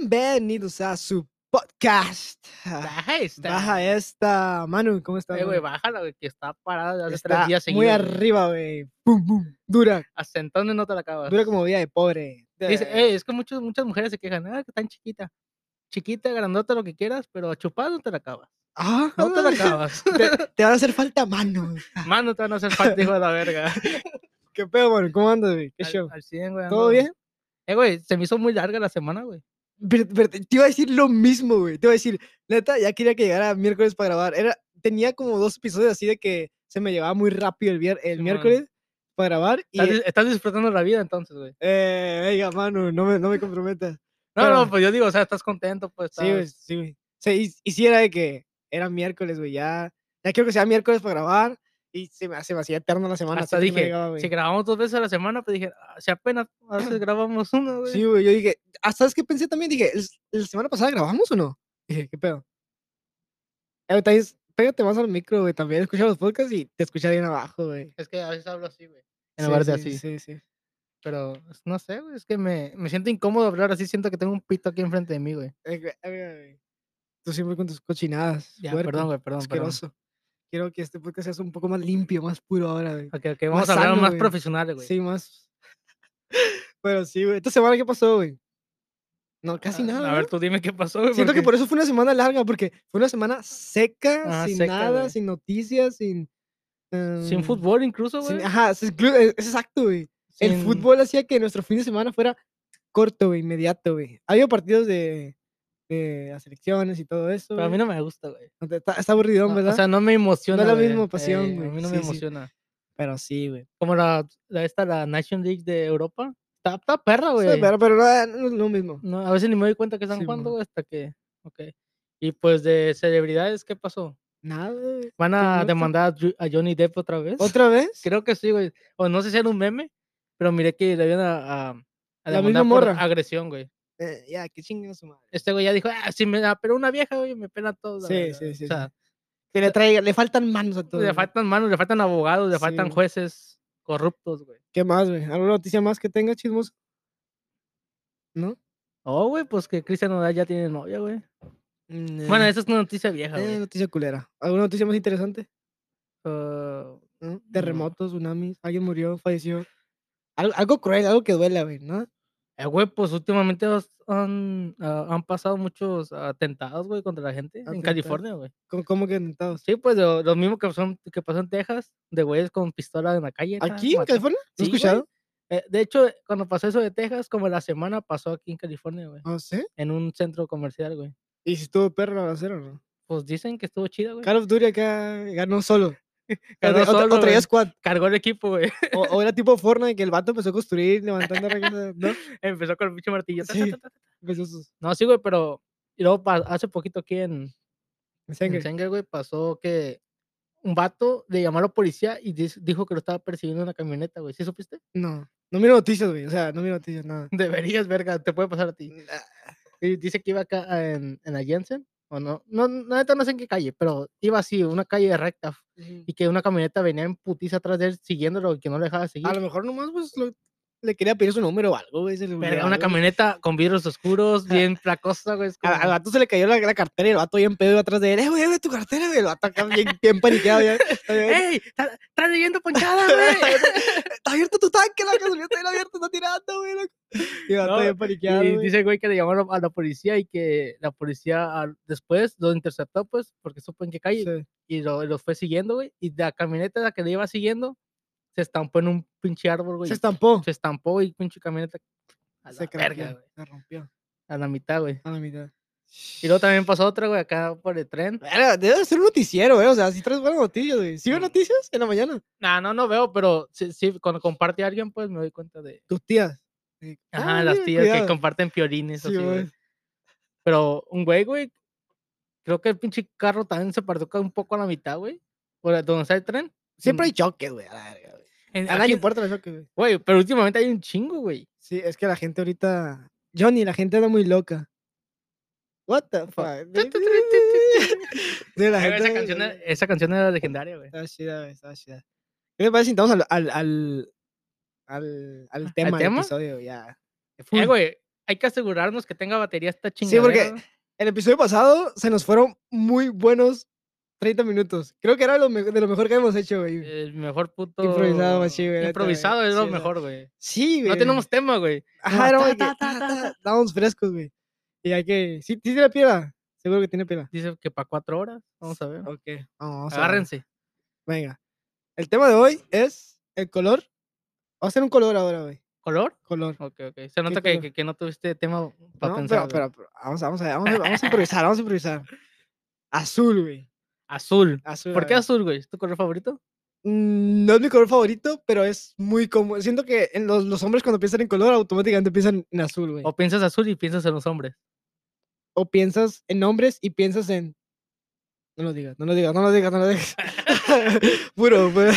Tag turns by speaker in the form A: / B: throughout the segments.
A: Bienvenidos a su podcast.
B: Ah, Baja esta.
A: Baja esta. Manu, ¿cómo estás?
B: Eh, güey,
A: Manu?
B: bájala, güey, que está parada desde hace
A: Está
B: tres días
A: muy
B: seguidos. güey.
A: arriba, güey. Pum, pum. Dura,
B: Hasta entonces no te la acabas.
A: dura como vida de pobre.
B: Dice,
A: Eh,
B: eh, es que muchas, muchas mujeres se quejan, ah, que tan chiquita. Chiquita, grandota, lo que quieras, pero a chupar no te la acabas.
A: ah,
B: No te la
A: madre,
B: acabas.
A: te, te van a hacer falta manos.
B: Más no te van a hacer falta, hijo de la verga.
A: ¿Qué pedo, Manu? ¿Cómo andas, güey? ¿Qué
B: Al-
A: show?
B: al cien, güey,
A: ¿Todo
B: ando-
A: bien?
B: Eh, güey, se me hizo muy larga la semana, güey.
A: Pero- pero te iba a decir lo mismo, güey. Te iba a decir, neta, ya quería que llegara miércoles para grabar. Era, tenía como dos episodios así de que se me llevaba muy rápido el, vier- el
B: Simón.
A: miércoles para grabar. Y, e
B: Estás, dis- estás disfrutando la vida entonces, güey.
A: eh, venga, Manu, no me, no me comprometas.
B: No,
A: Pero-
B: no, pues yo digo, o sea, estás contento, pues.
A: Sí, güey,
B: Estás...
A: sí, güey. Sí, y, y sí era de que era miércoles, güey, ya. Ya quiero que sea miércoles para grabar. Y se me, se me hacía eterna la semana.
B: Hasta
A: siempre que me
B: dije,
A: llegaba, güey.
B: si grabamos dos veces a la semana, pues dije, "Ah, si apenas a veces grabamos una, güey.
A: Sí, güey, yo dije, hasta es que pensé también, dije, "¿Es- ¿la semana pasada grabamos o no? Dije, ¿qué pedo? Eh, güey, también, pégate más al micro, güey, también escucha los podcasts y te escucha bien abajo, güey.
B: Es que a veces hablo así, güey. En
A: Sí,
B: lugar de
A: sí,
B: así.
A: Sí, sí.
B: Pero es- no sé, güey. Es que me, me siento incómodo hablar así. Siento que tengo un pito aquí enfrente de mí, güey.
A: Eh, güey, eh, güey, güey. Tú siempre con tus cochinadas.
B: Ya,
A: puerco,
B: perdón, güey, perdón. perdón.
A: Asqueroso. Quiero que este podcast sea un poco más limpio, más puro ahora, güey.
B: Ok, ok, vamos
A: Más
B: a hablar
A: sano,
B: más
A: güey.
B: profesionales, güey.
A: Sí, más. Pero sí, güey. Esta semana, ¿qué pasó, güey? No, casi
B: Ah,
A: nada.
B: A ver,
A: ¿no?
B: tú dime qué pasó, güey.
A: Siento que por
B: porque
A: eso fue una semana larga, porque fue una semana seca,
B: Ah,
A: sin
B: seca,
A: nada,
B: güey.
A: sin noticias, sin.
B: Sin ah,
A: em,
B: fútbol, incluso,
A: sin-
B: güey.
A: ajá, es, inclu- es- es exacto, güey. El
B: sin-
A: fútbol hacía que nuestro fin de semana fuera corto, güey, inmediato, güey. Ha habido partidos de, de las elecciones y todo eso.
B: Pero a mí
A: güey.
B: no me gusta, güey.
A: No te- Está, está aburridón,
B: No,
A: ¿verdad?
B: o sea, no me emociona.
A: la
B: güey. Eh,
A: misma pasión, güey,
B: A mí no
A: sí,
B: me
A: sí.
B: emociona.
A: pero sí, güey.
B: Como la, la- esta, la Nation League de Europa. Está, está perra,
A: Sí,
B: güey.
A: pero, pero no, no es lo mismo.
B: No, a veces ni me doy cuenta que están
A: Sí,
B: jugando,
A: mo.
B: güey, hasta que. Ok. Y pues de celebridades, ¿qué pasó?
A: Nada, güey.
B: ¿Van a
A: Terminó esta-
B: demandar a Ju- a Johnny Depp Pues, otra vez?
A: ¿Otra vez?
B: Creo que sí, güey. O no sé si era un meme, pero miré que le iban a, a, a
A: La misma
B: demandar por
A: morra.
B: agresión, güey.
A: Eh, ya, que chingue su madre.
B: Este güey ya dijo, ah, si me da, pero una vieja, güey, me pena todo. la
A: Sí,
B: verga",
A: sí,
B: güey.
A: sí, sí.
B: O sea,
A: Que le traiga, le faltan manos a todo.
B: le
A: güey.
B: faltan manos, le faltan abogados, le
A: Sí,
B: faltan
A: güey.
B: jueces corruptos, güey.
A: ¿Qué más, güey? ¿Alguna noticia más que tenga, chismoso? ¿No?
B: Oh, güey, pues que Cristian Nodal ya tiene novia, güey. Bueno, esa es una noticia vieja,
A: Eh,
B: güey.
A: noticia culera. ¿Alguna noticia más interesante?
B: Uh,
A: ¿No? Terremotos, tsunamis, alguien murió, falleció. Algo, algo cruel, algo que duela, güey, ¿no?
B: eh, güey, pues últimamente has- han, ah, han pasado muchos atentados, güey, contra la gente en
A: Atentados.
B: California, güey.
A: ¿Cómo, cómo que atentados?
B: Sí, pues lo, lo mismo que pasó, en- que pasó en Texas, de güeyes con pistola en la calle. ta,
A: ¿Aquí en
B: mató-
A: California? ¿No
B: Sí,
A: he
B: güey.
A: escuchado?
B: Eh, de hecho, eh, cuando pasó eso de Texas, como la semana pasó aquí en California, güey.
A: No sé.
B: En un centro comercial, güey.
A: ¿Y si estuvo perro la balacera o no?
B: Pues dicen que estuvo chido, güey.
A: Call of Duty acá ganó solo.
B: Ganó
A: o, tra- o
B: solo,
A: traía
B: güey.
A: squad.
B: Cargó el equipo, güey.
A: O, o era tipo Fortnite que el vato empezó a construir levantando raquetas, ¿no?
B: Empezó con el pinche martillo. ta, ta,
A: Sí.
B: ta, ta, ta.
A: Empezó sus...
B: No, sí, güey, pero... Y luego pa- hace poquito aquí en, en
A: sangre.
B: Sanger, güey, pasó que un vato le llamó a la policía y dis- dijo que lo estaba persiguiendo en una camioneta, güey. ¿Sí supiste?
A: No, no miro noticias, güey. O sea, no miro noticias, nada.
B: Deberías, verga, te puede pasar a ti. Y dice que iba acá a- en, en la Jensen, o no, no, no, neta no sé en qué calle, pero iba así, una calle recta, y que una camioneta venía en putiza atrás de él, siguiéndolo, y que no le dejaba seguir.
A: A lo mejor nomás pues, lo- le quería pedir su número o algo, güey. se le
B: Verga,
A: olvidó
B: una
A: algo.
B: camioneta con vidrios oscuros, bien placosa, güey. es
A: Al,
B: como-
A: al vato se le cayó la, la cartera y el vato bien pedo iba atrás de él. ¡Eh, güey, dame tu cartera, güey! El vato acá bien, bien paniqueado. Ya, "Eh, "Está abierto-
B: ¡Ey! está- ¡Está leyendo ponchada, güey!
A: ¡Está abierto tu tanque! ¡La gasolina está bien abierta! ¡Está tirando, güey! loco". Y el vato
B: No,
A: bien paniqueado,
B: y
A: güey.
B: dice, güey, que le llamó a la- a la policía y que la policía al- después lo interceptó, pues, porque supo en qué calle,
A: Sí.
B: y lo, lo fue siguiendo, güey. Y la camioneta la que le iba siguiendo se estampó en un pinche árbol, güey.
A: Se
B: y
A: estampó.
B: se estampó y pinche camioneta a
A: Se
B: la verga,
A: craqueó,
B: güey,
A: Se rompió.
B: a la mitad, güey.
A: A la mitad.
B: Y luego también pasó otra, güey, acá por el tren.
A: Verga, Debe ser un noticiero, güey. O sea, si traes buenas noticias, güey. ¿Sí ves
B: Mm.
A: noticias en la mañana?
B: Nah, Ah, no, no veo, pero sí, sí, cuando comparte alguien, pues me doy cuenta de...
A: Tus tías. Sí.
B: Ajá,
A: Ah,
B: las
A: mira,
B: tías
A: cuidado.
B: que comparten piolines,
A: Sí,
B: así,
A: güey.
B: güey. Pero un güey, güey, creo que el pinche carro también se partió ca- un poco a la mitad, güey. Por a- donde está el tren.
A: Siempre
B: Mm.
A: hay choques, güey. A la verga, güey.
B: En-
A: A nadie
B: aquí-
A: le importa los choques, güey.
B: Güey, pero últimamente hay un chingo, güey.
A: Sí, es que la gente ahorita. Johnny, la gente anda muy loca. What
B: Oh,
A: the fuck? Sí, la
B: Ay, güey,
A: gente
B: Esa canción, era- esa canción era legendaria, güey.
A: Estaba chida, güey, estaba chida. ¿Qué te parece si entramos al, al, al, al, al tema del
B: tema?
A: episodio? Ya.
B: Eh,
A: Full.
B: güey, hay que asegurarnos que tenga batería esta
A: Sí,
B: chingada.
A: porque- El episodio pasado se nos fueron muy buenos 30 minutos. Creo que era lo me- de lo mejor que hemos hecho, güey.
B: El mejor puto.
A: Improvisado, más sí, güey, neta,
B: Improvisado
A: güey,
B: es
A: sí,
B: lo
A: o sea,
B: mejor, güey.
A: Sí, güey.
B: No tenemos tema, güey.
A: Ajá, era
B: no,
A: de que,
B: ta, ta,
A: ta,
B: ta,
A: ta,
B: ta.
A: estábamos frescos, güey. Y hay que. Sí, sí tiene pila. Seguro que tiene pila.
B: Dice que para cuatro horas. Vamos a ver.
A: Ok. Vamos, a ver.
B: Agárrense.
A: Venga. El tema de hoy es el color. Vamos a hacer un color ahora, güey.
B: ¿Color?
A: Color.
B: Ok, ok. Se nota que,
A: color?
B: que, que no tuviste tema para
A: No,
B: pensar. güey.
A: Pero, pero, pero vamos, a- vamos, a, vamos, a, vamos a improvisar, vamos a improvisar. Azul, güey.
B: Azul.
A: Azul.
B: ¿Por
A: a
B: qué
A: ver.
B: azul, güey? ¿Es tu color favorito?
A: Mm, No es mi color favorito, pero es muy común. Siento que en los, los hombres cuando piensan en color automáticamente piensan en azul, güey.
B: ¿O
A: O,
B: piensas azul y piensas en los hombres?
A: piensas en hombres y piensas en... No lo digas, no lo digas, no lo digas, no lo digas. Puro, puro.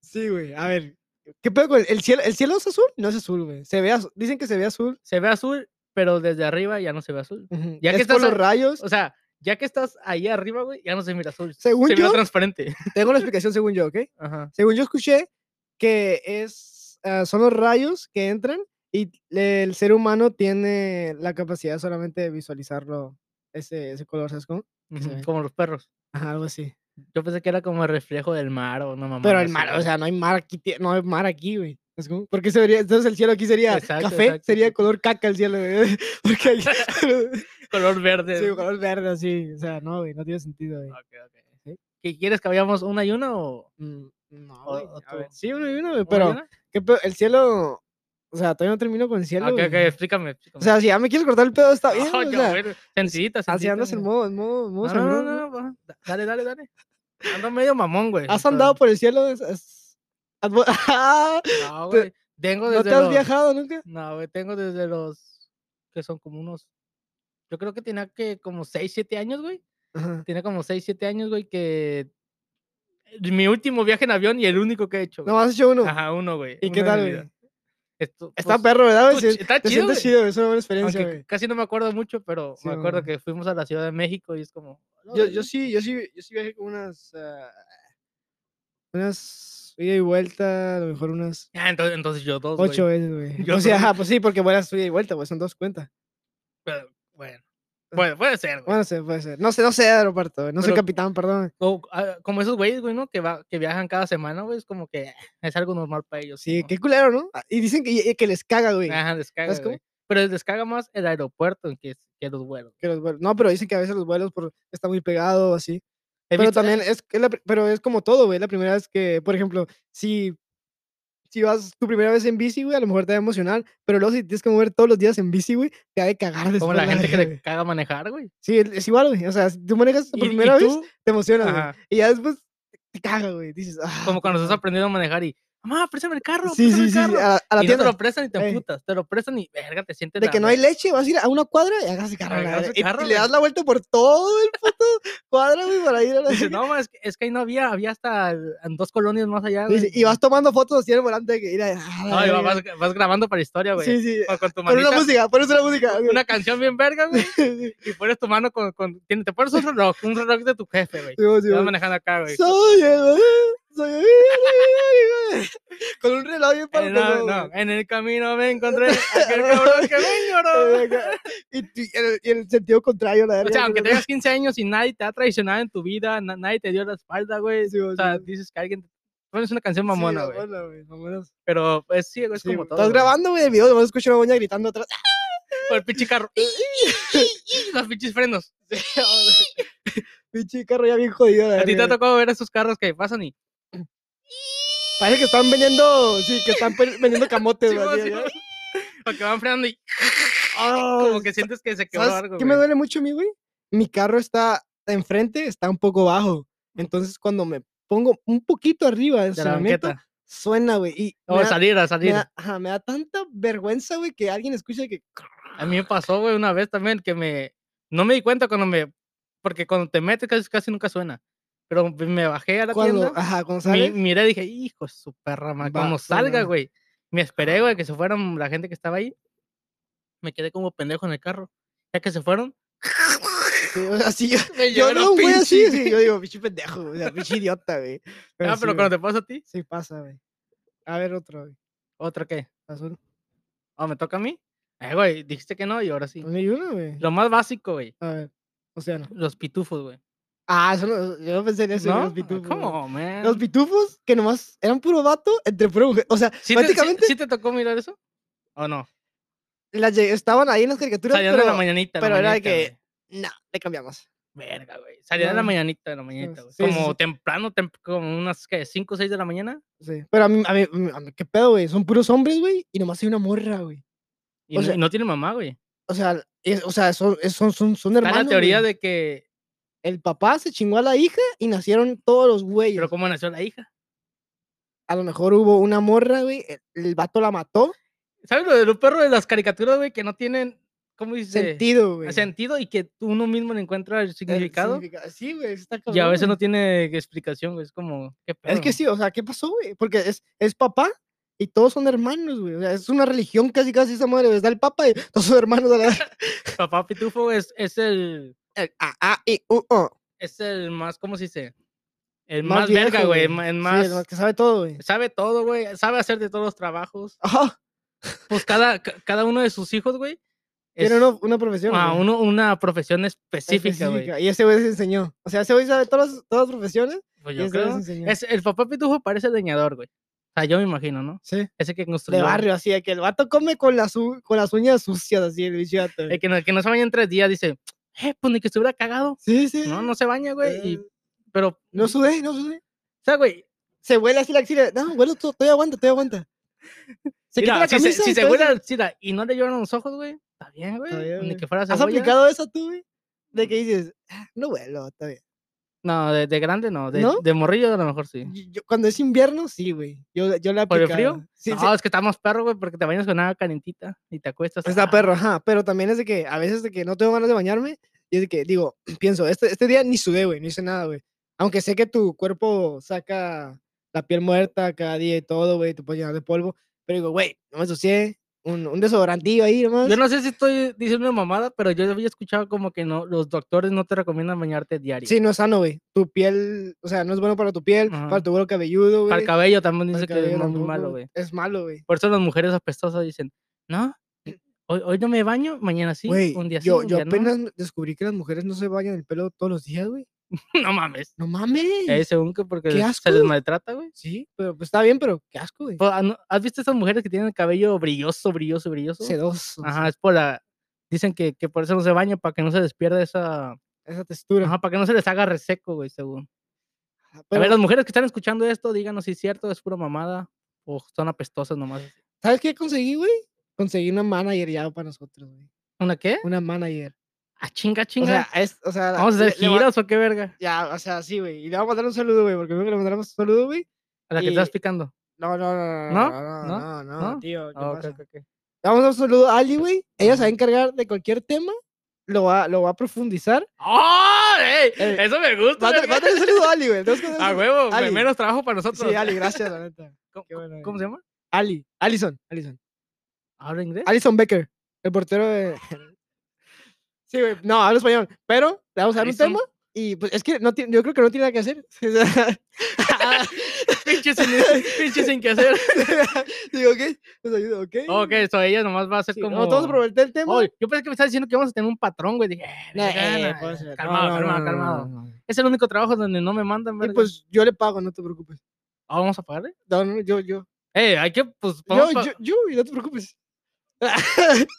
A: Sí, güey. A ver. ¿Qué pedo con el, el cielo? ¿El cielo es azul? No es azul, güey. Se ve azu- Dicen que se ve azul.
B: Se ve azul, pero desde arriba ya no se ve azul.
A: Ujú,
B: Ya que
A: es por
B: estás
A: los
B: a-
A: rayos.
B: O sea, ya que estás ahí arriba, güey, ya no se mira azul.
A: Según
B: se
A: yo-
B: mira transparente.
A: Tengo una explicación según yo, ¿ok?
B: Ajá.
A: Según yo escuché que es, ah, son los rayos que entran y el ser humano tiene la capacidad solamente de visualizarlo, ese, ese color, ¿sabes cómo? se
B: Ujú,
A: ve.
B: Como los perros.
A: Ajá, algo así.
B: Yo pensé que era como el reflejo del mar o no mamá.
A: Pero el mar, o sea, no hay mar aquí, tie- no hay mar aquí, güey. ¿sabes cómo? Porque se vería, entonces el cielo aquí sería
B: Exacto,
A: café,
B: exacto,
A: sería
B: sí.
A: color caca el cielo, güey. Porque hay
B: color verde.
A: sí, color verde así, o sea, no, güey, no tiene sentido, güey.
B: Ok, ok. ¿Qué quieres que vayamos una y una o
A: Mm, No,
B: O-
A: güey,
B: o
A: a ver,
B: tú.
A: sí, uno y uno, güey,
B: una y
A: pero
B: una?
A: ¿qué pedo? el cielo, o sea, todavía no termino con el cielo,
B: Ok, ok,
A: güey.
B: explícame.
A: O
B: explícame.
A: sea, si ya me quieres cortar el pedo, está bien.
B: Ah,
A: o
B: qué
A: sea,
B: bueno. Sencillita,
A: así
B: sencillita,
A: andas en
B: mira.
A: modo, en modo, en modo
B: No, no,
A: sangrón,
B: no,
A: güey.
B: no, va, da- Dale, dale, dale. Ando medio mamón, güey.
A: Has andado por el cielo. es- es- has vo- ¡Ah!
B: pero- No, güey. Tengo
A: ¿No
B: desde
A: te has
B: los-
A: viajado nunca?
B: No, güey, tengo desde los que son como unos. Yo creo que tenía que como 6, 7 años, güey.
A: Ajá.
B: Tenía como 6, 7 años, güey, que mi último viaje en avión y el único que he hecho.
A: No,
B: güey.
A: has hecho uno.
B: Ajá, uno, güey.
A: ¿Y
B: uno
A: qué
B: en
A: tal,
B: mi vida.
A: güey?
B: Esto,
A: Está
B: pues,
A: perro, ¿verdad? güey?
B: estuvo
A: Sí,
B: chi- está
A: te
B: chido,
A: sientes
B: güey.
A: chido, es una buena experiencia,
B: aunque
A: güey.
B: casi no me acuerdo mucho, pero
A: Sí,
B: me acuerdo
A: mamá.
B: que fuimos a la Ciudad de México y es como.
A: Yo,
B: "Órale".
A: yo sí, yo sí, yo sí viajé con unas. ah, unas ida y vuelta, a lo mejor unas
B: Ah, entonces, entonces yo dos. güey.
A: ocho veces, güey.
B: Yo
A: O sea,
B: solo-
A: ajá, pues sí, porque buenas ida y vuelta, pues son dos cuentas.
B: Pero, bueno. Bueno, puede ser, güey.
A: Bueno, se puede ser. No sé, no sé de aeropuerto, güey. No soy
B: Pero-
A: capitán, perdón.
B: O, ah, como esos güeyes, güey, ¿no? Que, va, que viajan cada semana, güey. Es como que ah, es algo normal para ellos.
A: Sí,
B: como,
A: qué culero, ¿no? Ah, Y dicen que, y- que les caga, güey.
B: Ajá, descarga,
A: cómo?
B: güey. Pero les descarga más el aeropuerto en que, que los vuelos.
A: que los vuelos. No, pero dicen que a veces los vuelos por, está muy pegado o así.
B: He
A: Pero
B: visto- eh,
A: también es, es la pri- pero es como todo, güey. La primera vez que, por ejemplo, si, si vas tu primera vez en bici, güey, a lo mejor te va a emocionar. Pero luego si tienes que mover todos los días en bici, güey, te va a cagar después.
B: Como la gente que
A: verga,
B: le
A: güey.
B: caga manejar, güey.
A: Sí, es, es igual, güey. O sea, si tú manejas tu
B: Y- y
A: primera vez,
B: tú,
A: te emocionas, güey.
B: ajá,
A: Y ya después te caga, güey. Dices, ah,
B: Como cuando
A: puta
B: estás aprendiendo a manejar y, mamá, préstame el carro,
A: madre". Sí,
B: préstame
A: sí,
B: el
A: sí. sí,
B: carro.
A: A, a la
B: y no te
A: tienda.
B: lo prestan y te
A: Ey.
B: emputas, te lo prestan y, verga, te sientes
A: De
B: la
A: que no hay
B: verga.
A: leche, vas a ir a una cuadra y agarras el carro. a la
B: Agarras
A: verga,
B: el
A: y- y
B: carro,
A: le
B: güey.
A: das la vuelta por todo el puto cuadro, güey, para ir a la.
B: Dice, no, ma, es que, es que ahí no había, había hasta el- en dos colonias más allá,
A: Sí,
B: güey.
A: sí, y vas tomando fotos así en el volante de que mira, ah, la
B: No, y va-
A: verga".
B: vas, vas grabando para historia, güey.
A: Sí, sí.
B: Con, con tu
A: Con
B: manita,
A: una música, pones una música. güey.
B: una canción bien verga, güey.
A: Sí, sí,
B: Y pones tu mano con, con tiene- te pones un reloj, un reloj de tu jefe,
A: sí,
B: güey.
A: sí,
B: Te vas
A: güey.
B: manejando acá, güey.
A: Soy el soy el- Con un reloj bien
B: Eh, no,
A: parado.
B: no, en el camino me encontré aquel cabrón que me ignoró.
A: Y, tu- y en el- y en el sentido contrario, la
B: O
A: verdad.
B: sea, aunque tengas 15 años y nadie te ha traicionado en tu vida, na- nadie te dio la espalda, güey.
A: Sí,
B: O
A: güey,
B: sea,
A: sí.
B: dices que alguien. Bueno, es una canción mamona, güey.
A: mamona.
B: Pero pues, sí, güey, es
A: Sí,
B: como
A: güey.
B: todo.
A: Estás
B: güey.
A: grabando, güey, el video, nomás escucho una moña gritando atrás. Ah,
B: Con el pinche carro. Los pinches frenos.
A: Pinche carro ya bien jodido, la
B: A ti te ha
A: verga.
B: tocado ver esos carros que pasan y.
A: Parece que están vendiendo, sí, que están pe- vendiendo camotes,
B: Sí,
A: güey,
B: güey,
A: así,
B: sí,
A: ¿no?
B: güey. O que van frenando y
A: Ah,
B: como que sientes que se quebró
A: ¿Sabes
B: algo.
A: qué me
B: güey.
A: duele mucho a mí, güey? Mi carro está enfrente, está un poco bajo. Entonces, cuando me pongo un poquito arriba del
B: De la
A: estacionamiento,
B: banqueta.
A: suena, güey. Y
B: O
A: me, da,
B: salir, a
A: me
B: salir.
A: da- ajá, me da tanta vergüenza, güey, que alguien escuche que.
B: A mí me pasó, güey, una vez también que me... No me di cuenta cuando me... Porque cuando te metes casi, casi nunca suena. Pero pues me bajé a la
A: Cuando,
B: tienda,
A: ajá, cuando
B: mi-
A: sale.
B: miré y dije, hijo de su perra, madre,
A: Ah, Va,
B: cuando
A: suena. Ah.
B: salga, güey. Me esperé, güey, que se fueran la gente que estaba ahí. Me quedé como pendejo en el carro. Ya que se fueron,
A: sí, o sea, sí, yo-
B: me
A: yo
B: llevé los
A: no, güey, así.
B: pinches.
A: sí, yo digo, pinche pendejo, o sea, pinche idiota, güey.
B: Ah,
A: sí,
B: pero
A: güey,
B: cuando te pasa a ti,
A: Sí, pasa, güey. A ver, otro, güey.
B: ¿otra qué?
A: Azul.
B: ¿O me toca a mí? Eh, güey, dijiste que no y ahora sí.
A: No hay una, güey.
B: Lo más básico, güey.
A: A ver, océano.
B: Los pitufos, güey.
A: Ah, eso no- yo no pensé en eso,
B: ¿No?
A: los pitufos. güey.
B: ¿Cómo, man?
A: Los pitufos que nomás eran puro vato entre puro mujer. O sea,
B: ¿Sí te, sí-
A: prácticamente
B: sí te tocó mirar eso? ¿O no?
A: las lle- estaban ahí en las caricaturas,
B: Salían de la
A: pero
B: mañanita. la
A: pero era de
B: mañanita,
A: que-
B: güey.
A: no, le cambiamos.
B: Verga, güey. Salían de la
A: No.
B: mañanita, de la mañanita, güey.
A: sí, sí,
B: como
A: sí.
B: temprano, tem- como unas, ¿qué? 5 o 6 de la mañana.
A: Sí. Pero a mí, a mí, a mí- a mí- ¿qué pedo, güey? Son puros hombres, güey, y nomás hay una morra, güey.
B: Y,
A: O
B: no,
A: sea-
B: y no tiene mamá, güey.
A: O sea, es- o sea son, es- son, son, son
B: Está
A: hermanos.
B: la teoría
A: güey.
B: de que...
A: El papá se chingó a la hija y nacieron todos los güeyes.
B: Pero ¿cómo nació la hija?
A: A lo mejor hubo una morra, güey, el, el vato la mató.
B: ¿Sabes lo de los perros de las caricaturas, güey? Que no tienen... ¿Cómo dice?
A: Sentido, güey.
B: Sentido y que uno mismo le encuentra el
A: El
B: significado.
A: significa- Sí, güey, está
B: Y a
A: cabrón,
B: veces no
A: güey.
B: tiene explicación, güey. Es como... ¿qué
A: Es que
B: pedo?
A: sí, o sea, ¿qué pasó, güey? Porque es, es papá y todos son hermanos, güey. O sea, es una religión casi, casi esa madre. Está el papa y todos son hermanos. A la... vez.
B: Papá Pitufo es, es el...
A: El A, A, I, U, O.
B: Es el más... ¿Cómo se dice? El
A: Más
B: más, verga,
A: viejo,
B: güey. El
A: güey.
B: ma- el
A: Sí,
B: más...
A: el más que sabe todo, güey.
B: Sabe todo, güey. Sabe hacer de todos los trabajos.
A: Ajá,
B: Pues cada, ca- cada uno de sus hijos, güey.
A: tiene
B: es-
A: uno- una profesión.
B: Ah,
A: güey,
B: uno, una profesión específica, güey.
A: específica, Y ese güey se enseñó. O sea, ese güey sabe todas, las- todas las profesiones.
B: Pues
A: y
B: yo
A: ese güey
B: creo.
A: se enseñó.
B: Es, el papá pitufo parece leñador, güey. O sea, yo me imagino, ¿no?
A: Sí.
B: Ese que construyó.
A: De barrio, así, de que el vato come con las, u- con las uñas sucias, así, el bicho. vato, güey.
B: El que no, que no se baña en tres días dice, eh, pues ni que estuviera cagado.
A: Sí, sí.
B: No,
A: sí.
B: no se baña, güey. y-
A: Eh,
B: Pero, o
A: No sudé, no sudé.
B: sea, güey,
A: Se huele así la axila. No, huele, to- todavía aguanta, todavía aguanta. Se quita
B: mira,
A: la
B: si se,
A: camisa
B: si
A: y
B: se
A: todavía
B: huele al sida y no le lloran los ojos, güey, está bien, güey.
A: bien,
B: Ni
A: güey.
B: que fuera
A: ¿Has
B: cebolla.
A: aplicado eso tú, güey? De que dices, "Ah, no huelo, está bien.
B: No, de, de grande no. De,
A: ¿No?
B: de morrillo a lo mejor sí.
A: Yo- yo- cuando es invierno, sí, güey. Yo, yo le he
B: ¿Por el
A: aplicado.
B: frío? Ah,
A: Sí,
B: no,
A: sí.
B: es que está más perro, güey, porque te bañas con agua calentita y te acuestas.
A: Está
B: ah,
A: perro, ajá. Pero también es de que a veces de que no tengo ganas de bañarme y es de que digo, pienso, este, este día ni sudé, güey, no hice nada, güey. Aunque sé que tu cuerpo saca la piel muerta cada día y todo, güey, te puedes llenar de polvo. Pero digo, güey, no me ensucié, un, un desodorantillo ahí nomás.
B: Yo no sé si estoy diciendo una mamada, pero yo había escuchado como que no, los doctores no te recomiendan bañarte diario.
A: Sí, no es sano, güey. Tu piel, o sea, no es bueno para tu piel,
B: Ajá.
A: para tu vuelo cabelludo, güey.
B: Para el cabello también
A: para
B: dice
A: el
B: que es
A: cabello
B: muy malo,
A: tampoco,
B: güey.
A: Es malo, güey.
B: Por eso las mujeres apestosas dicen, no, hoy, hoy no me baño, mañana sí,
A: Güey,
B: un día sí,
A: yo,
B: un
A: yo
B: día no".
A: apenas descubrí que las mujeres no se bañan el pelo todos los días, güey.
B: no. mames.
A: No mames.
B: Eh, según que porque
A: qué
B: se les
A: asco.
B: maltrata, güey.
A: Sí, pero pues está bien, pero qué asco, güey.
B: Pues, ah, no- ¿Has visto esas mujeres que tienen el cabello brilloso, brilloso, brilloso?
A: Sedoso.
B: Ajá, es por la... Dicen que, que por eso no se baña, para que no se les pierda esa...
A: Esa textura.
B: Ajá, para que no se les haga reseco, güey, según.
A: Ajá,
B: A ver,
A: pero,
B: las mujeres que están escuchando esto, díganos si es cierto, es pura mamada, o son apestosas nomás.
A: ¿Sabes qué conseguí, güey? Conseguí una manager ya para nosotros, güey.
B: ¿Una qué?
A: Una manager.
B: Ah, chinga,
A: O
B: chinga.
A: sea, es, o sea,
B: Vamos a hacer
A: le- le va-
B: giras o qué verga.
A: Ya, o sea, sí, güey. Y le vamos a mandar un saludo, güey, porque creo que le mandaremos un saludo, güey.
B: A la que estás
A: Y-
B: picando.
A: No, no, no,
B: ¿No?
A: no, no, no,
B: ¿No?
A: no,
B: ¿No?
A: tío. ¿qué
B: Ah, ok,
A: pasa?
B: ok, ok.
A: Le vamos a dar un saludo a Ali, güey. Ella se va a
B: Ajá.
A: encargar de cualquier tema. Lo va, lo va a profundizar.
B: ¡Oh! ey!
A: Eh,
B: Eso me gusta.
A: Mándale
B: verga.
A: mándale un saludo a Ali, güey. tenemos que darle un
B: A
A: saludo.
B: huevo, me-
A: Ali.
B: menos trabajo para nosotros.
A: Sí, Ali, gracias, la neta.
B: ¿Cómo,
A: qué bueno,
B: cómo se llama?
A: Ali, Alison, Alison.
B: ¿Habla inglés?
A: Alison Becker, el portero de. Sí, güey. No, habla español. Pero le vamos a dar un
B: Alison.
A: tema. Y pues es que no tiene- yo creo que no tiene nada que hacer.
B: Ah, Pinche sin, pinche sin que hacer.
A: Digo, ok, nos ayuda, ok.
B: ok, eso ella nomás va a ser
A: Sí,
B: como.
A: no, todos aprovechar el tema.
B: Oh, yo pensé que me estabas diciendo que íbamos a tener un patrón, güey. Dije, eh,
A: Nah, eh,
B: verga,
A: pues,
B: nah,
A: no,
B: calmado,
A: no, no,
B: calmado,
A: no, no,
B: calmado.
A: no, no.
B: Es el único trabajo donde no me mandan,
A: Y
B: verga.
A: pues yo le pago, no te preocupes.
B: Ah, vamos a pagarle.
A: No, no, yo, yo.
B: Eh, hay que, pues,
A: Yo,
B: vamos pa-
A: yo, yo, y no te preocupes.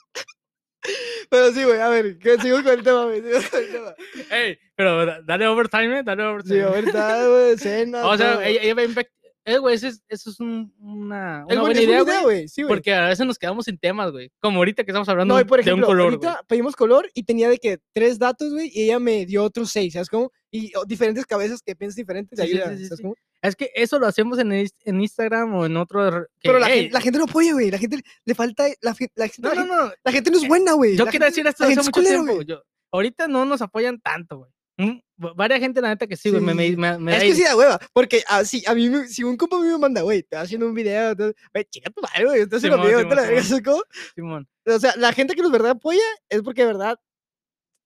A: Pero sí, güey, a ver, que sigo con el tema, güey. sigo con el tema.
B: Ey, pero da- dale overtime, eh, dale
A: Sí,
B: overtime.
A: a ver, está, güey, cena.
B: o sea,
A: todo.
B: ella, ella va a inve- Eh, güey, ese es- eso es un- una,
A: Es buen-
B: una buena
A: es buena
B: idea, güey.
A: güey. Sí, güey.
B: Porque a veces nos quedamos sin temas, güey. Como ahorita que estamos hablando
A: No, y por
B: de un
A: ejemplo,
B: color,
A: ahorita
B: güey.
A: pedimos color y tenía de que tres datos, güey, y ella me dio otros seis, ¿sabes cómo? Y o, diferentes cabezas que piensan diferentes, te
B: Sí, sí,
A: ayuda,
B: sí, sí,
A: ¿sabes
B: sí.
A: cómo?
B: Es que eso lo hacemos en, Inst- en Instagram o en otro... r- que,
A: Pero la,
B: hey,
A: gente, la gente no apoya, güey, la gente le falta, la, gen- la gente,
B: No,
A: la,
B: no,
A: gen-
B: no.
A: la gente no
B: eh,
A: es buena, güey.
B: Yo
A: la
B: quiero
A: gente-
B: decir esto
A: la
B: hace
A: gente es
B: mucho
A: culera,
B: tiempo.
A: güey.
B: yo- ahorita no nos apoyan tanto, güey. Mm, va- Varia gente, la neta, que sí, güey. me-
A: Sí,
B: Me,
A: sí.
B: me- me da
A: Es que
B: iri-
A: sí da hueva, porque así, a mí, me- si un compa mío me manda, güey, te haciendo un video, entonces, güey, chica tu madre, güey, estás haciendo
B: Simón,
A: video, vete a la
B: Simón,
A: verga, ¿sabes cómo?
B: Simón.
A: O sea, la gente que nos verdad apoya es porque de verdad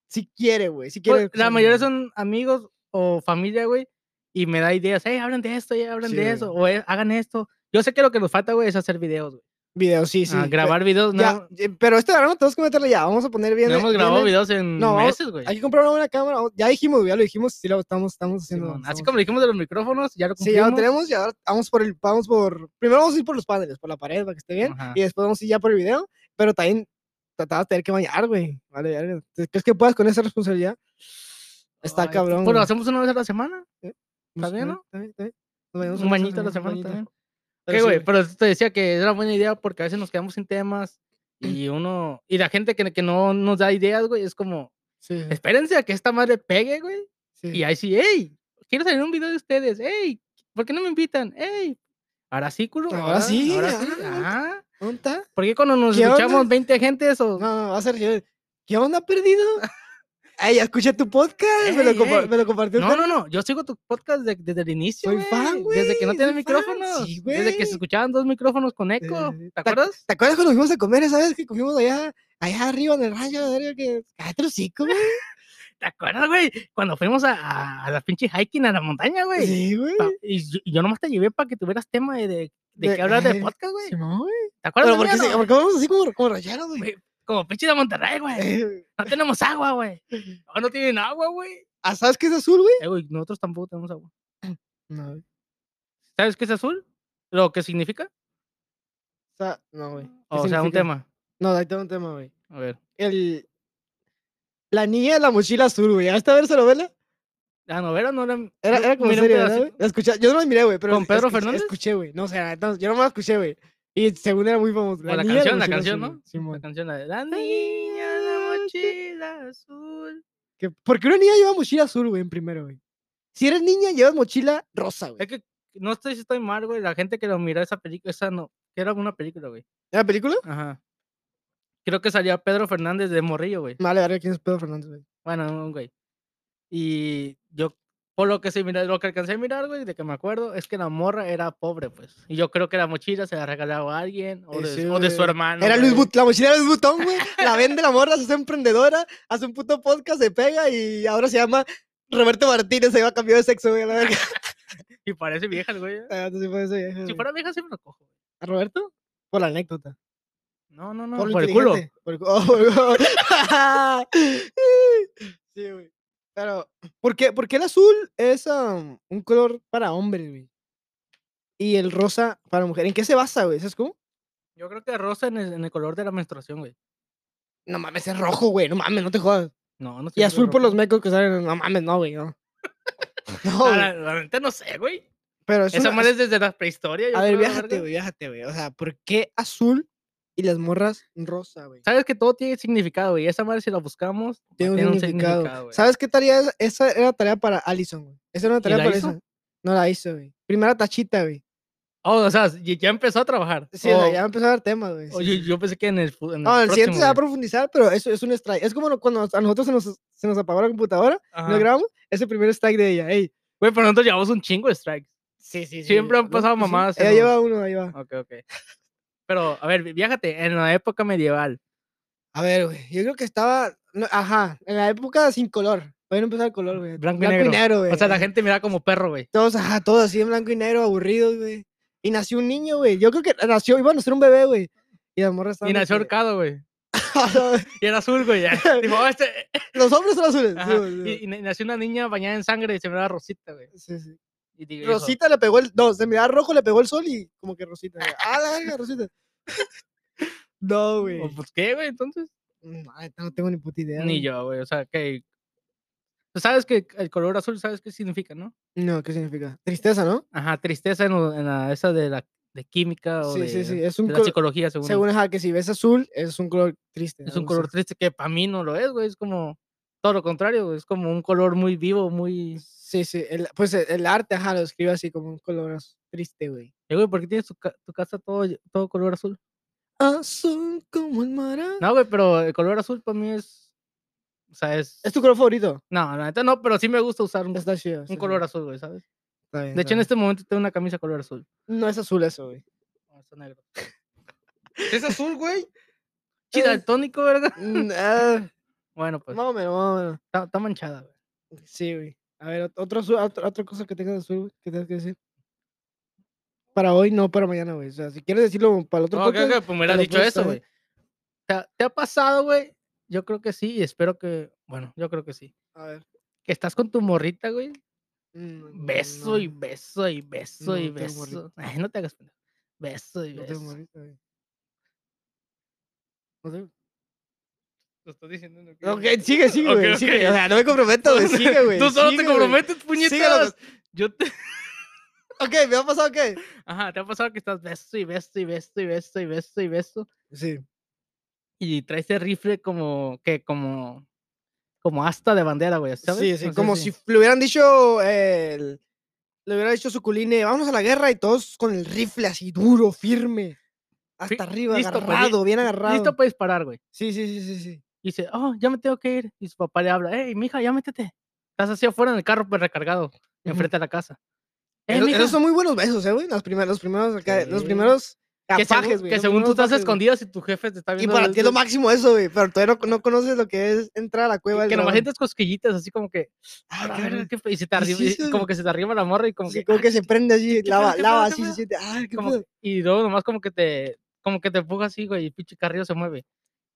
A: sí quiere, güey, sí quiere.
B: Pues, la mayoría son amigos o familia, güey. Y me da ideas. Hey, hablan de esto, hey, hablan
A: Sí,
B: de
A: güey.
B: eso. O eh, hagan esto. Yo sé que lo que nos falta, güey, es hacer videos, güey.
A: Videos, sí, sí.
B: a
A: pe-
B: grabar videos. No,
A: Ya, eh, pero este verano tenemos que meterle ya. Vamos a poner bien.
B: no hemos
A: bien
B: grabado
A: el-
B: videos en
A: No, vamos-
B: meses, güey.
A: Hay que comprar una buena cámara. vamos- Ya dijimos, ya lo dijimos. Sí, lo estamos, estamos haciendo.
B: Simón, Así
A: estamos-
B: como lo dijimos de los micrófonos, ya lo
A: Sí, ya
B: cumplimos.
A: lo tenemos. Ya ahora vamos por el. Vamos por. Primero vamos a ir por los paneles, por la pared para que esté bien.
B: Ajá.
A: Y después vamos a ir ya por el video. Pero también tratabas de tener que bañar, güey. Vale, verga. ¿Te- ¿Crees que puedas con esa responsabilidad? Está
B: Ay, pues,
A: cabrón.
B: Bueno,
A: güey. Eh, Pues,
B: hacemos una vez a la semana.
A: Nos-
B: bien, no?
A: está bien, está bien. Nos bañamos
B: Un
A: una vez
B: bañito a la semana
A: un bañito.
B: también.
A: Pero
B: Ok,
A: sí,
B: güey, pero te decía que era buena idea porque a veces nos quedamos sin temas y uno. Y la gente que, que no nos da ideas, güey, es como.
A: Sí, sí,
B: Espérense a que esta madre pegue, güey.
A: sí.
B: Y ahí sí, hey, quiero salir en un video de ustedes. Hey, ¿por qué no me invitan? Hey, ahora sí, culo.
A: Ahora sí,
B: Ahora sí.
A: ah,
B: Ah,
A: ¿Dónde está?
B: porque cuando nos
A: ¿Qué onda?
B: escuchamos 20 gentes o.
A: No, no, va a ser yo. ¿Qué onda, perdido? Ay, escuché tu podcast. me, lo
B: Ey,
A: compa-
B: ey.
A: me lo compartió.
B: No, no, no, yo sigo tu podcast de- desde el inicio.
A: Soy fan,
B: Desde que no
A: güey,
B: tienes
A: soy fan,
B: micrófonos.
A: sí,
B: desde que
A: güey. Eh,
B: se escuchaban dos micrófonos con eco.
A: sí.
B: ¿Te acuerdas?
A: ¿Te acuerdas cuando fuimos a comer esa vez que comimos allá, allá arriba en el rancho? de verga, que... Cállate los hocico, güey.
B: ¿Te acuerdas, güey? Cuando fuimos a, a, a la pinche hiking a la montaña, güey.
A: Sí, güey.
B: Pa- Y, yo- y yo nomás te llevé para que tuvieras tema de, de, de
A: De-
B: qué hablar
A: eh,
B: de podcast, güey.
A: Simón, güey.
B: ¿Te acuerdas?
A: Pero porque,
B: Mariano?
A: sí, porque vamos así como, como rayados, güey.
B: Güey. Como pinche de Monterrey, güey.
A: Eh,
B: No tenemos agua, güey. Ah, No tienen agua, güey.
A: ah, ¿Sabes qué es azul, güey?
B: Eh, güey, nosotros tampoco tenemos agua.
A: No, güey.
B: ¿Sabes qué es azul? ¿Lo que significa?
A: O sea, no, güey. ¿Qué
B: O sea, un
A: significa?
B: tema.
A: No, ahí tengo un tema, güey.
B: A ver.
A: El... La niña de la mochila azul, güey. ¿Hasta ver esa novela?
B: La novela Ah, no era.
A: Era,
B: yo
A: era como
B: miré un
A: serie, ¿verdad,
B: pedacito.
A: güey? La escuché, yo no la miré, güey, pero...
B: ¿Con Pedro
A: escuché-
B: Fernández?
A: Escuché, güey. No, o sea, no, yo no me la escuché, güey. Y según era muy famoso.
B: O la
A: niña de
B: canción, la
A: mochila azul,
B: canción, ¿no?
A: güey. Simón.
B: La canción la de La niña de la mochila azul.
A: Que, ¿Por qué una niña lleva mochila azul, güey, en primero, güey? Si eres niña, llevas mochila rosa, güey.
B: Es que no estoy si estoy mal, güey. La gente que lo miró esa película, esa no. que Era una película, güey.
A: ¿En la película?
B: Ajá. Creo que salía Pedro Fernández de Morrillo, güey.
A: Vale, verga, ¿quién es Pedro Fernández, güey?
B: Bueno, un güey. Y yo, por lo que sí, mira, lo que alcancé a mirar, güey, de que me acuerdo, es que la morra era pobre, pues. Y yo creo que la mochila se la regalaba a alguien, o
A: Eh,
B: de,
A: sí,
B: o de su
A: güey.
B: hermano.
A: Era Luis
B: güey.
A: Butón, la mochila de Luis Butón, güey. La vende la morra, se hace emprendedora, hace un puto podcast, se pega y ahora se llama Roberto Martínez, se va a cambiar de sexo, güey, a la verga.
B: Y parece vieja, el güey. ¿eh?
A: Ah, entonces fue ese,
B: Si
A: güey.
B: fuera vieja, sí me lo cojo.
A: ¿A Roberto? Por la anécdota.
B: No, no, no,
A: lo
B: por, el culo.
A: inteligente, por el cu- oh, por el cu- sí, güey. Pero, ¿por qué, por qué el azul es am, un color para hombres, güey? Y el rosa para mujer. ¿En qué se basa, güey? ¿Sabes cómo?
B: Yo creo que rosa en el, en el color de la menstruación, güey.
A: No mames, es rojo, güey. No mames, no te jodas.
B: No, no sé.
A: Y azul por los mecos que salen. No mames, no, güey, no. No, güey,
B: Ah, La, la neta no sé, güey.
A: pero es
B: Esa
A: una-
B: madre
A: es-
B: es desde la prehistoria. yo
A: A ver,
B: creo, la
A: viájate,
B: verga.
A: güey, viájate, güey. O sea, ¿por qué azul y las morras rosa, güey?
B: Sabes que todo tiene significado, güey. Esa madre, si la buscamos, va a
A: Tiene un
B: tener
A: significado.
B: güey.
A: ¿Sabes qué tarea? es- Esa era tarea para Allison, güey. Esa era una tarea
B: la
A: para
B: hizo?
A: Allison. No la hizo, güey. Primera tachita, güey.
B: Oh, o sea, y- ya empezó a trabajar.
A: Sí, o sea,
B: Oh,
A: ya empezó a dar temas, güey.
B: oh,
A: sí,
B: yo,
A: sí.
B: yo pensé que en el. fu- En el,
A: No, en el siguiente se va a
B: próximo,
A: profundizar, pero eso es un strike. Es como lo- cuando a nosotros se nos, se nos apagó la computadora,
B: güey.
A: no
B: Ajá.
A: grabamos, ese primer strike de ella. Ey,
B: Güey, pero nosotros llevamos un chingo de strikes.
A: sí, sí,
B: Siempre han
A: no,
B: pasado
A: pues sí,
B: mamadas,
A: Ella
B: pero-
A: lleva uno, ahí va.
B: Ok, ok. Pero, a ver, vi- viájate, en la época medieval.
A: A ver, güey. Yo creo que estaba. no, ajá, en la época sin color. Voy a empezar el color, güey.
B: Blanco y negro.
A: güey.
B: O sea, la
A: ajá.
B: gente miraba como perro, güey.
A: Todos, ajá, todos así en blanco y negro, aburridos, güey. Y nació un niño, güey. Yo creo que nació, iba a nacer un bebé, güey. Y la morra estaba.
B: Y
A: de
B: nació
A: que- "Ah,
B: ahorcado, güey. Y era azul, güey. ya. Digo, "Oh, este-
A: Los hombres son azules. sí,
B: ajá".
A: güey, sí,
B: Y,
A: güey.
B: y na- nació una niña bañada en sangre y se miraba rosita, güey.
A: Sí, sí.
B: Y digo, yo,
A: Rosita le pegó el. No, se miraba rojo, le pegó el sol y como que Rosita. güey. Ah, la verga, Rosita. No, güey.
B: "Oh, Pues qué, güey, entonces.
A: No, neta, no tengo ni puta idea.
B: Ni
A: güey.
B: yo, güey. O sea, que. Tú sabes que el color azul, sabes qué significa, ¿no?
A: No, ¿qué significa? Tristeza, ¿no?
B: Ajá, tristeza en, lo- en la, esa de la de química o
A: Sí,
B: de,
A: sí, sí. Es un
B: de la
A: color.
B: psicología, según.
A: Según ajá, que si ves azul, es un color triste.
B: es un
A: algo así.
B: color triste que para mí no lo es, güey. Es como todo lo contrario, güey, es como un color muy vivo, muy.
A: Sí, sí. el- pues el, el arte, ajá, lo escribe así como un color az- triste, güey.
B: Eh, güey, ¿por qué tienes tu, ca- tu casa todo, ll- todo color azul?
A: Azul como el mar.
B: No, güey, pero el color azul para mí es. O sea, es.
A: ¿Es tu color favorito?
B: No, la neta no, pero sí me gusta usar un,
A: Está chido.
B: un color azul, güey, ¿sabes? De hecho, en este momento tengo una camisa color azul.
A: No es azul eso, güey.
B: No, está negro. ¿Es azul, güey?
A: Eh.
B: Chida, tónico, verga.
A: Mm, ah,
B: Bueno, pues.
A: más o menos, más o menos.
B: Está, está manchada, güey.
A: Sí, güey. A ver, ot- otro, azu- otro- otra cosa que tengas de azul, güey, que tengas que decir. para hoy, no para mañana, güey. O sea, si quieres decirlo para el otro
C: No, ok,
A: podcast,
C: ok, pues me hubieras
A: lo
C: dicho
A: puedes
C: eso,
A: saber.
C: güey.
B: ¿Te ha, te ha pasado, güey? Yo creo que sí y espero que, bueno, yo creo que sí.
A: a ver.
B: Que estás con tu morrita, güey.
A: Mm,
B: Beso
A: no,
B: y beso y beso
A: No,
B: y
A: no tengo morrita.
B: beso. Ay, no te hagas pendejo. Beso y
A: no tengo
B: beso.
A: morrita, güey. No sé.
C: Lo estás diciendo. ¿no?
A: Ok, sigue, sigue,
C: Ok,
A: güey.
C: ok.
A: sigue. O sea, no me comprometo, güey. Sigue, güey.
C: Tú solo
A: sigue,
C: te
A: güey.
C: comprometes, puñetas. Yo te...
A: Ok, ¿me ha pasado qué?
B: Ajá, ¿te ha pasado que estás beso y beso y beso y beso y beso y beso?
A: Sí.
B: Y traes el rifle como, que como, como asta de bandera, güey, ¿sabes?
A: Sí, sí,
B: O sea,
A: como
B: sí.
A: si le hubieran dicho eh, el- le hubieran dicho su culine, vamos a la guerra y todos con el rifle así duro, firme, hasta
B: Fi-
A: arriba,
B: listo, pues, li-
A: agarrado, bien
B: li-
A: agarrado.
B: Listo para disparar, güey.
A: Sí, sí, sí, sí, sí.
B: Y dice, oh, ya me tengo que ir. Y su papá le habla, hey, mija, ya métete. Estás así afuera en el carro, pues recargado, enfrente de la casa. "Eh,
A: Eso-
B: mija,
A: esos son muy buenos besos, eh, güey. Los primeros, los primeros, acá- los
B: Sí.
A: primeros
B: que
A: apajes,
B: según,
A: güey.
B: que
A: los
B: según
A: primeros
B: tú estás
A: apajes, güey.
B: escondido si tu jefe te está
A: Y
B: viendo.
A: para ti es lo
B: desde-
A: máximo eso, güey. Pero todavía no, no conoces lo que es entrar a la cueva.
B: Que,
A: del
B: que nomás
A: dragón.
B: sientes cosquillitas, así como que.
A: Ah,
B: "A la
A: cabrón.
B: verga, qué fe-", y se
A: ¿qué
B: te
A: es
B: arriba- y- y
A: eso?
B: como que se te arriba la morra y como
A: Sí,
B: que.
A: como
B: "Ah",
A: que se prende así,
B: qué
A: lava,
B: pedo, qué
A: lava
B: pedo,
A: así,
B: qué
A: se
B: pedo?
A: siente. Ah, qué
B: como
A: pedo.
B: que- y luego nomás como que te. Como que te empuja así, güey, y pinche carrillo se mueve.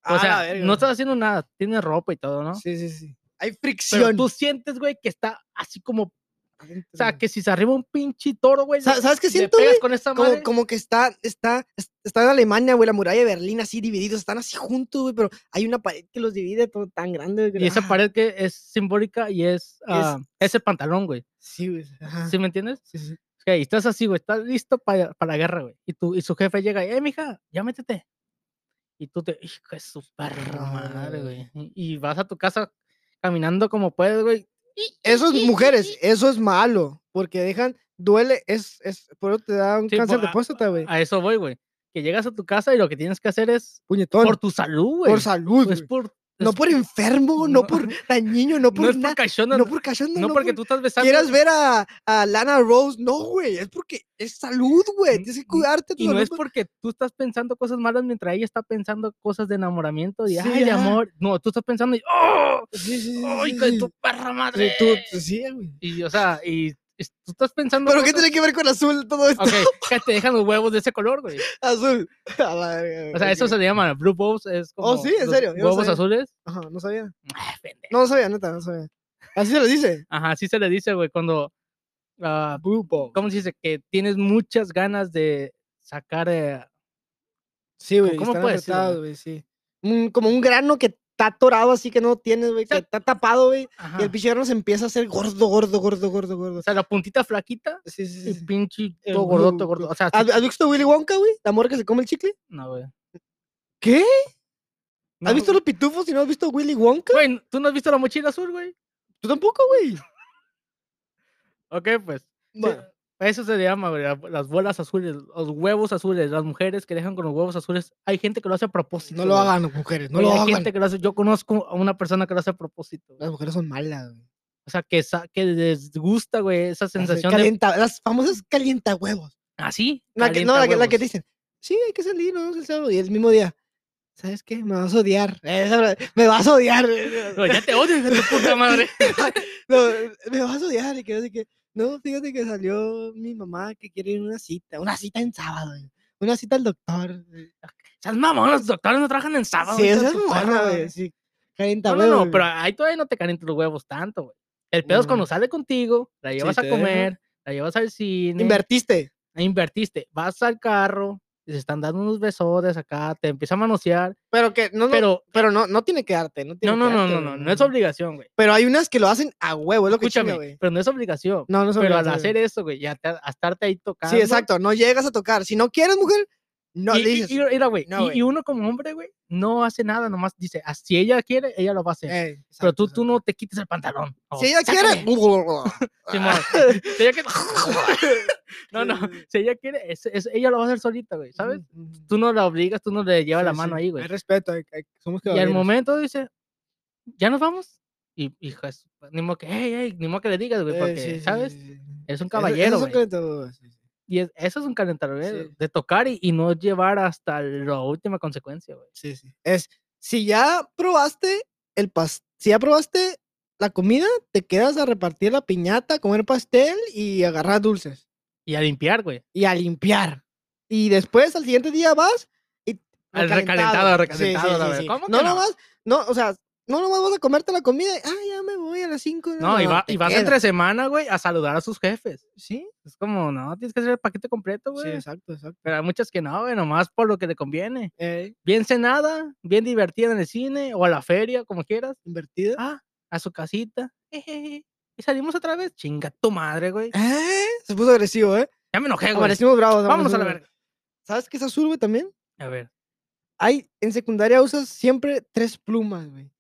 B: O
A: Ah,
B: sea,
A: la verga.
B: no estás haciendo nada, tienes ropa y todo, ¿no?
A: Sí, sí, sí. Hay
B: Pero
A: fricción.
B: tú sientes, güey, que está así como.
A: adentro,
B: O sea,
A: güey.
B: que si se arriba un pinche toro, güey.
A: Sa-
B: le-
A: ¿Sabes qué
B: le
A: siento,
B: pegas
A: güey?
B: con esa
A: Como,
B: madre.
A: como que está, está, es- está en Alemania, güey, la muralla de Berlín así divididos, están así juntos, güey, pero hay una pared que los divide todo tan grande, güey. que-
B: Y esa
A: ah,
B: pared que es simbólica y es, ah, ese pantalón, güey.
A: Sí, güey. ajá,
B: ¿Sí me entiendes?
A: sí, sí.
B: Ok, estás así, güey, estás listo para, para la guerra, güey. Y, tú, y su jefe llega y, eh, mija, ya métete. Y tú te, hijo de su perra madre, güey. Y y vas a tu casa caminando como puedes, güey.
A: Eso es mujeres, eso es malo, porque dejan, duele, es, es, por eso te da un
B: Sí,
A: cáncer
B: pues,
A: de
B: a-
A: próstata, güey.
B: A eso voy, güey. Que llegas a tu casa y lo que tienes que hacer es
A: Puñetón.
B: por
A: Por,
B: tu salud, güey.
A: salud,
B: Es
A: güey.
B: por,
A: No
B: es-
A: por enfermo, no,
B: no-
A: por dañiño, no
B: no
A: por
B: es por
A: nada.
B: cachona,
A: No
B: no,
A: por cachondo,
B: no
A: no
B: porque
A: por-
B: tú estás besando.
A: quieras ver a, a Lana Rose, no, güey, es porque es salud, güey, tienes que
B: N-
A: cuidarte. tu
B: Y no
A: salud,
B: es porque tú estás pensando cosas malas mientras ella está pensando cosas de enamoramiento, de,
A: Sí,
B: ay, de
A: ajá.
B: amor. No, tú estás pensando, y, oh,
A: Sí, sí, sí,
B: ¡Ay,
A: sí,
B: hijo de
A: sí.
B: tu perra
A: Sí,
B: madre!
A: tú- pues, sí, güey.
B: Y, o sea, y es- tú estás pensando.
A: ¿Pero qué
B: cosas-
A: tiene que ver con azul todo esto?
B: Ok, que te dejan los huevos de ese color, güey.
A: Azul. A la verga, güey,
B: O sea, eso
A: ok.
B: se le llama blue balls. Es como
A: Oh, sí, en
B: los
A: serio, yo no
B: Huevos
A: sabía.
B: azules.
A: Ajá, no sabía.
B: Ay, pendejo.
A: No, no sabía, neta, no sabía. Así se lo dice.
B: Ajá, así se le dice, güey, cuando. ah,
A: Blue ball.
B: ¿Cómo se dice? Que tienes muchas ganas de sacar. eh,
A: Sí, güey.
B: ¿Cómo
A: están
B: puede decirlo,
A: apretados, güey? Sí. Un- como un grano que está atorado así que no tienes, güey, que
B: sea,
A: está tapado, güey.
B: ajá.
A: Y el pinche grano se empieza a hacer gordo, gordo, gordo, gordo, gordo.
B: O sea, la puntita flaquita
A: Sí, sí, sí,
B: y
A: sí.
B: pinche
A: El
B: todo
A: blue
B: gordoto,
A: ball.
B: gordo. O sea,
A: ¿Has,
B: sí-
A: has visto Willy Wonka, güey? La morra que se come el chicle.
B: no, güey.
A: ¿Qué?
B: No,
A: ¿Has visto los pitufos y no has visto Willy Wonka?
B: Güey, ¿tú no has visto la mochila azul, güey?
A: Tú tampoco, güey.
B: Ok, pues. Sí,
A: Bueno,
B: a Eso se le llama, güey, la- las bolas azules, los huevos azules, las mujeres que dejan con los huevos azules. Hay gente que lo hace a propósito.
A: no lo
B: güey.
A: hagan, mujeres, no
B: Güey,
A: lo
B: hay
A: hagan.
B: gente que lo hace. Yo conozco a una persona que lo hace a propósito. güey.
A: Las mujeres son malas, güey.
B: O sea, que, sa- que les gusta, güey, esa
A: Las de
B: sensación de. ah,
A: calienta, Las famosas calienta huevos.
B: Así.
A: La que, no, la que, la que
B: calientahuevos.
A: dicen, sí, hay que salir, no, el sábado. Y el mismo día, ¿sabes qué? Me vas a odiar. Esa fra- me vas a odiar.
C: No, ya te odio, hija de tu puta madre.
A: No, me vas a odiar. Y que, no sé qué. no, fíjate que salió mi mamá que quiere ir a una cita. Una cita en sábado. güey, Una cita al doctor.
C: Seas mamón, los doctores no trabajan en sábado.
A: sí,
C: hija
A: eso
C: de
A: es
C: tu
A: muy
C: perra
A: bueno,
C: madre.
A: güey. Sí, calienta
B: No, no,
A: huevos.
B: no,
A: güey.
B: pero ahí todavía no te calientan los huevos tanto, güey. El pedo es cuando
A: Mm.
B: sale contigo, la llevas
A: te
B: a
A: deja.
B: comer, la llevas al cine.
A: Invertiste.
B: e invertiste, vas al carro, se están dando unos besotes acá, te empieza a manosear,
A: Pero que no, no, pero,
B: pero
A: no, no tiene que darte. No, tiene
B: no, no,
A: que
B: no,
A: darte,
B: no,
A: güey,
B: no, no es obligación, güey.
A: Pero hay unas que lo hacen a huevo, es lo que chinga,
B: Escúchame,
A: güey.
B: pero no es obligación.
A: No, no se
B: Pero al
A: obligación, güey.
B: hacer eso, güey, ya te, a estarte ahí tocando.
A: Sí, exacto. No llegas a tocar. Si no quieres, mujer, no
B: y-
A: le
B: y-
A: dices.
B: y, mira, güey,
A: "No,
B: y- y,
A: güey".
B: uno como hombre, güey, no hace nada, nomás dice, "Ah, si ella quiere, ella lo va a hacer.
A: "Ey,
B: pero tú,
A: Eh, exacto,
B: tú no
A: exacto".
B: te quites el pantalón. o,
A: Si ella quiere.
B: "Sácame".
A: Ah,
B: Simón, si ella quiere- no, no,
A: Sí, sí, sí.
B: si ella quiere, es- es- ella lo va a hacer solita, güey, ¿sabes?
A: Ujú, ujú.
B: Tú no la obligas, tú no le llevas la
A: Sí,
B: mano
A: sí,
B: ahí, güey.
A: Hay respeto. hay- hay- somos
B: Y al
A: caballeros.
B: momento dice, ¿ya nos vamos? Y, hija, de su pa- ni modo que, "Ey, ey", ni modo que le digas, güey,
A: Eh,
B: porque,
A: sí, sí, sí,
B: ¿sabes?
A: sí, sí.
B: Es un
A: Eso- esos
B: caballero,
A: son
B: güey.
A: calentadores, sí, sí.
B: Y es- eso es un calentarolero,
A: Sí.
B: de tocar y, y no llevar hasta la última consecuencia, güey.
A: Sí, sí. Es, si ya probaste el pastel, si ya probaste la comida, te quedas a repartir la piñata, comer pastel y agarrar dulces.
B: Y a limpiar, güey.
A: y a limpiar. Y después al siguiente día vas y
B: Al recalentado, recalentado, la verdad.
A: ¿Cómo
B: ¿Cómo
A: no,
B: que no?
A: nomás, no, o sea, no nomás vas a comerte la comida, y, ah, ya me voy a las 5.
B: No, y, va- y vas
A: entrar
B: entre semana, güey, a saludar a sus jefes.
A: Sí,
B: Es como, no, tienes que hacer el paquete completo,
A: sí,
B: güey.
A: exacto, exacto.
B: Pero hay muchas que no, güey, nomás por lo que te conviene.
A: Eh,
B: Bien cenada, bien divertida en el cine o a la feria, como quieras.
A: invertida.
B: Ah, a su casita. Ejeje. Y salimos otra vez. Chinga tu madre, güey.
A: Eh, Se puso agresivo, ¿eh?
B: Ya me enojé, güey.
A: Aparecimos bravos.
B: Vámonos a la
A: amanecimos
B: verga.
A: bravos. ¿Sabes qué es azul, güey, también?
B: A ver.
A: Hay, en secundaria usas siempre tres plumas, güey.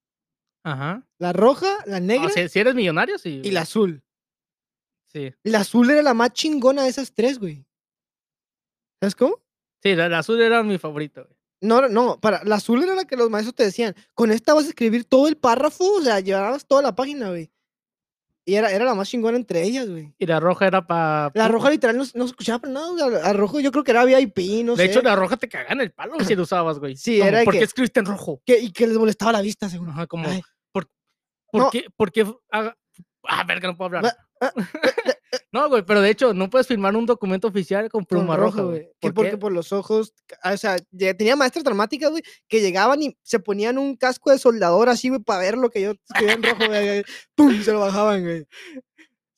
B: Ajá.
A: La roja, la negra
B: O sea, si eres millonario, Ah, sí.
A: y
B: güey.
A: la azul.
B: Sí,
A: La azul era la más chingona de esas tres, güey. ¿Sabes cómo?
B: sí la, la azul era mi favorito, güey.
A: No, no, no, para, la azul era la que los maestros te decían, con esta vas a escribir todo el párrafo, o sea, llevabas toda la página, güey. Y era, era la más chingona entre ellas, güey.
B: Y la roja era para.
A: La roja literal no, se- no se escuchaba para nada, o sea, la roja yo creo que era VIP, no
B: de
A: sé.
B: hecho, la roja te cagaba en el palo si lo usabas, güey.
A: Sí,
B: Como,
A: era de
B: ¿Por qué
A: que-
B: escribiste en rojo?
A: que, y que les molestaba la vista, según.
B: Ajá, como.
A: Ay,
B: ¿Por
A: no.
B: qué? ¿Por qué? haga- Ah, verga, no puedo hablar.
A: Va- ah,
B: no, güey, pero de hecho, no puedes firmar un documento oficial con
A: con
B: pluma roja, güey.
A: Que
B: ¿Por
A: porque
B: qué?
A: por los ojos, ca- o sea, ya tenía maestras dramáticas, güey, que llegaban y se ponían un casco de soldador así, güey, para ver lo que yo escribía en rojo, güey, güey, pum, se lo bajaban, güey. Sí,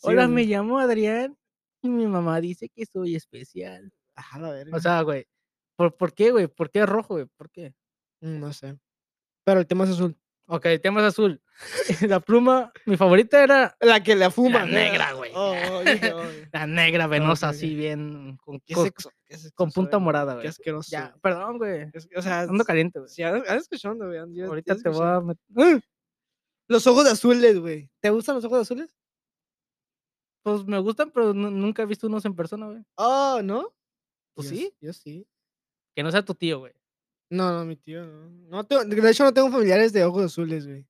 B: Hola,
A: güey.
B: me llamo Adrián y mi mamá dice que soy especial.
A: Ajá, la verga.
B: O sea, güey, ¿por, ¿por qué, güey? ¿Por qué rojo, güey? ¿Por qué?
A: Mm, No sé. Pero el tema es azul.
B: Ok, el tema es azul. la pluma, mi favorita era
A: La que la fuma. ¿no?
B: negra, güey.
A: Oh, oh, dije, oh, güey.
B: la negra venosa,
A: ok.
B: así bien, con,
A: Qué
B: con-
A: sexo. qué
B: con
A: sexoso,
B: punta
A: eh.
B: morada,
A: Qué
B: güey.
A: asqueroso.
B: Ya,
A: güey.
B: perdón, güey.
A: Es- o sea,
B: Ando caliente, güey.
A: si andas andas escuchando, güey. andas-
B: Ahorita
A: andas
B: te voy
A: escuchando.
B: a meter.
A: ¡Ah! Los ojos azules, güey. ¿Te gustan los ojos azules?
B: Pues me gustan, pero nu- nunca he visto unos en persona, güey.
A: Oh, ¿no?
B: ¿Tú
A: Yo
B: sí?
A: Yo ¿Pues sí.
B: Que no sea tu tío, güey.
A: No, no, mi tío no. no tengo- de hecho, no tengo familiares de ojos azules, güey.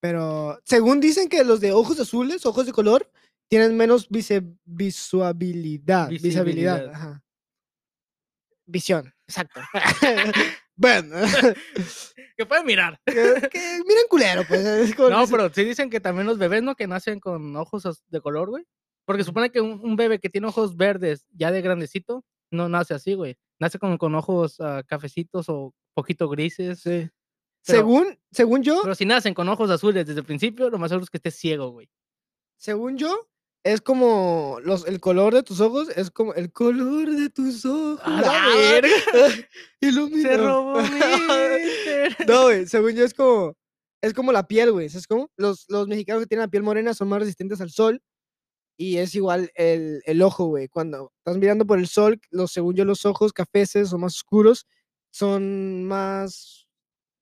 A: Pero según dicen que los de ojos azules, ojos de color, tienen menos vise, visuabilidad. Visibilidad.
B: Visibilidad.
A: Ajá. Visión.
B: Exacto.
A: bueno.
B: que pueden mirar.
A: que, que miren culero, pues. es como
B: No,
A: dice-
B: pero sí dicen que también los bebés, ¿no? Que nacen con ojos az- de color, güey. Porque supone que un, un bebé que tiene ojos verdes ya de grandecito, no nace así, güey. Nace como con ojos ah, cafecitos o poquito grises.
A: Sí.
B: Pero-
A: según, según yo,
B: Pero si nacen con ojos azules desde el principio, lo más seguro es que esté ciego, güey.
A: según yo, es como los, el color de tus ojos, es como el color de tus ojos.
B: ¡A la
A: Ilumina.
B: Se robó mi Inter.
A: No, güey, según yo es como, es como la piel, güey. ¿Sabes cómo? Los, los mexicanos que tienen la piel morena son más resistentes al sol. Y es igual el, el ojo, güey. Cuando estás mirando por el sol, los, según yo, los ojos cafeces o más oscuros son más,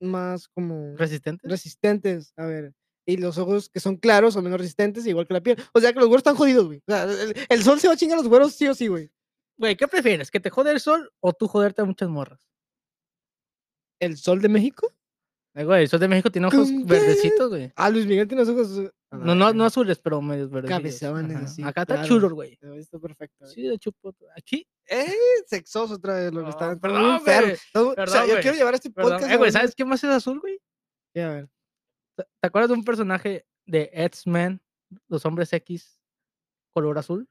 A: más como
B: ¿Resistente?
A: resistentes. A ver. Y los ojos que son claros son menos resistentes, igual que la piel. O sea que los güeros están jodidos, güey. O sea, el, el sol se va a chingar a los güeros sí o sí, güey.
B: Güey, ¿qué prefieres? ¿Que te jode el sol o tú joderte a muchas morras?
A: ¿El sol de México?
B: Eh, Güey, el sol de México tiene ojos
A: Con
B: verdecitos, güey.
A: Ah, Luis Miguel tiene los ojos. eh, a la
B: No, no,
A: verga.
B: no azules, pero medios verdes.
A: Cabezones, así,
B: Acá está
A: claro.
B: chulo, güey.
A: Ahí Está perfecto. güey.
B: Sí, de chupo. Aquí.
A: Eh, sexoso otra vez lo que
B: No,
A: está. Perdón,
B: perdón,
A: enfermo.
B: güey,
A: estamos- o sea,
B: perdón,
A: yo quiero
B: güey,
A: llevar este
B: Perdón.
A: podcast.
B: Eh,
A: a
B: güey,
A: un-
B: ¿sabes qué más es azul, güey?
A: Ya, a ver.
B: ¿Te te acuerdas de un personaje de X-Men, los hombres X, color azul?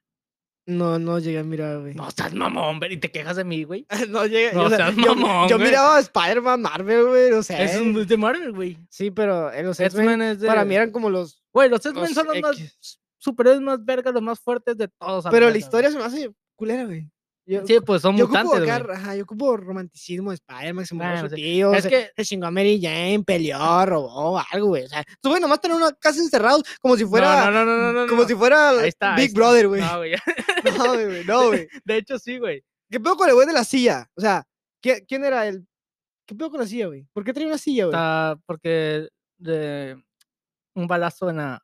A: No, no llegué a mirar, güey.
B: No seas mamón, güey, y te quejas de mí, güey.
A: No llegué.
B: No
A: o sea,
B: seas
A: yo,
B: mamón,
A: yo
B: güey.
A: miraba a Spider-Man, Marvel, güey. O sea,
B: Es un- de Marvel, güey.
A: sí, pero en los X-Men
B: X-Men es de...
A: para mí eran como los.
B: Güey, los X-Men
A: los
B: son los más
A: X.
B: superhéroes más vergas, los más fuertes de todos. a
A: Pero la
B: verga,
A: historia se me hace culera, güey.
B: güey.
A: Yo,
B: Sí, pues son
A: yo ocupo
B: mutantes, güey.
A: acá, ajá, yo ocupo romanticismo de Spider-Man, que se murió
B: Bueno,
A: su
B: sí.
A: tío,
B: Es
A: se-
B: que-
A: se chingó a Mary Jane, peleó, robó, algo, güey. O sea, tú, güey, nomás tener una casa encerrados como si
B: No,
A: fuera.
B: no, no, no, no, no,
A: como
B: no.
A: si fuera
B: Ahí está, ahí
A: Big
B: está.
A: Brother, güey.
B: No, güey.
A: No, güey, no, güey.
B: De hecho, sí, güey.
A: ¿Qué pedo con el güey de la silla? O sea, ¿qué- ¿quién era el. ¿Qué pedo con la silla, güey? ¿Por qué traía una silla, güey?
B: Está porque de un balazo en la,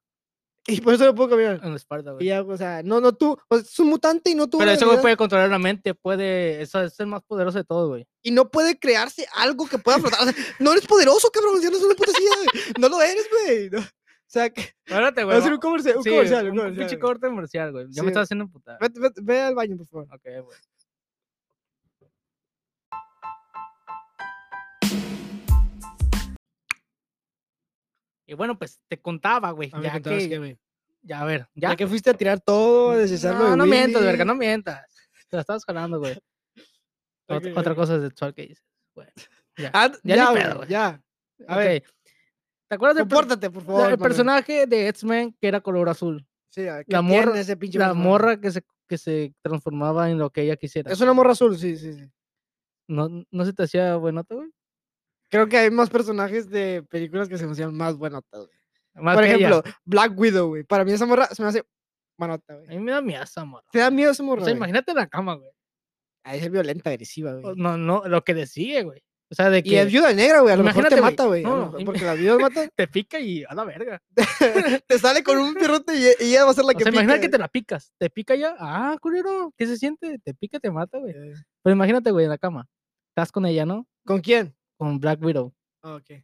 A: Y por eso no puedo caminar.
B: en la espalda,
A: Y
B: güey.
A: ya, o sea, no, no tú. O sea, es un mutante y no tuvo.
B: Pero
A: la
B: ese güey
A: habilidad-
B: puede controlar la mente, puede. Eso es el más poderoso de todo, güey.
A: Y no puede crearse algo que pueda flotar. O sea, no eres poderoso, cabrón. Si no es una puta silla, güey. No lo eres, güey. No. O sea, que.
B: Espérate,
A: Va
B: güey.
A: a ser un comercial. Un
B: sí,
A: comercial, un
B: un, un pinche
A: comercial, güey.
B: corte comercial, güey. Ya
A: Sí,
B: me estás haciendo putada.
A: Vete, vete, ve al baño, por favor.
B: Ok, güey. Y bueno, pues te contaba, güey.
A: Ah, me
B: Ya
A: contabas
B: que,
A: que, güey.
B: Ya, a ver,
A: ¿Ya?
B: ya.
A: que fuiste a tirar todo, a desecharlo
B: No,
A: de
B: no mientas,
A: Willy.
B: verga, no mientas. Te la estabas jalando, güey. Ot-
A: Ok,
B: Otra
A: ok.
B: cosa sexual que dices. Bueno, ya.
A: Ah,
B: Ya
A: ya,
B: ni
A: güey,
B: pedo, güey.
A: ya. A
B: Ok.
A: ver,
B: ¿Te acuerdas del, per-
A: compórtate, por
B: del
A: favor. Manuel.
B: personaje de X-Men que era color azul?
A: Sí, a ver, ¿qué
B: la
A: tiene
B: morra-
A: ese pinche
B: La
A: personaje?
B: morra que se, que se transformaba en lo que ella quisiera.
A: Es una morra azul, sí, sí, sí.
B: ¿No, ¿No se te hacía buenota, güey?
A: Creo que hay más personajes de películas que se me hacían más buenotas. güey.
B: Más
A: Por
B: que ella.
A: ejemplo, Black Widow, güey. Para mí esa morra se me hace buenota,
B: A
A: güey.
B: mí me da miedo esa morra.
A: ¿Te da miedo esa
B: O
A: morra?
B: sea,
A: güey?
B: imagínate la cama, güey.
A: Ah, es violenta, agresiva,
B: O-
A: güey.
B: No, no, lo que decía, güey. O sea, de
A: Y es
B: que
A: viuda negra, güey. A lo mejor te
B: Imagínate, güey.
A: mata, güey. a lo
B: No,
A: mejor-
B: im-
A: Porque la viuda mata,
B: te pica y a la verga.
A: te sale con un pierrote y, y ella va a ser la
B: O
A: que
B: sea, imagínate que
A: pica.
B: te la picas. Te pica ya. Ah, culero. ¿Qué se siente? Te pica, te mata, güey.
A: Eh,
B: Pero imagínate, güey, en la cama. Estás con ella, ¿no?
A: ¿Con quién?
B: Con Black Widow.
A: Ah, ok.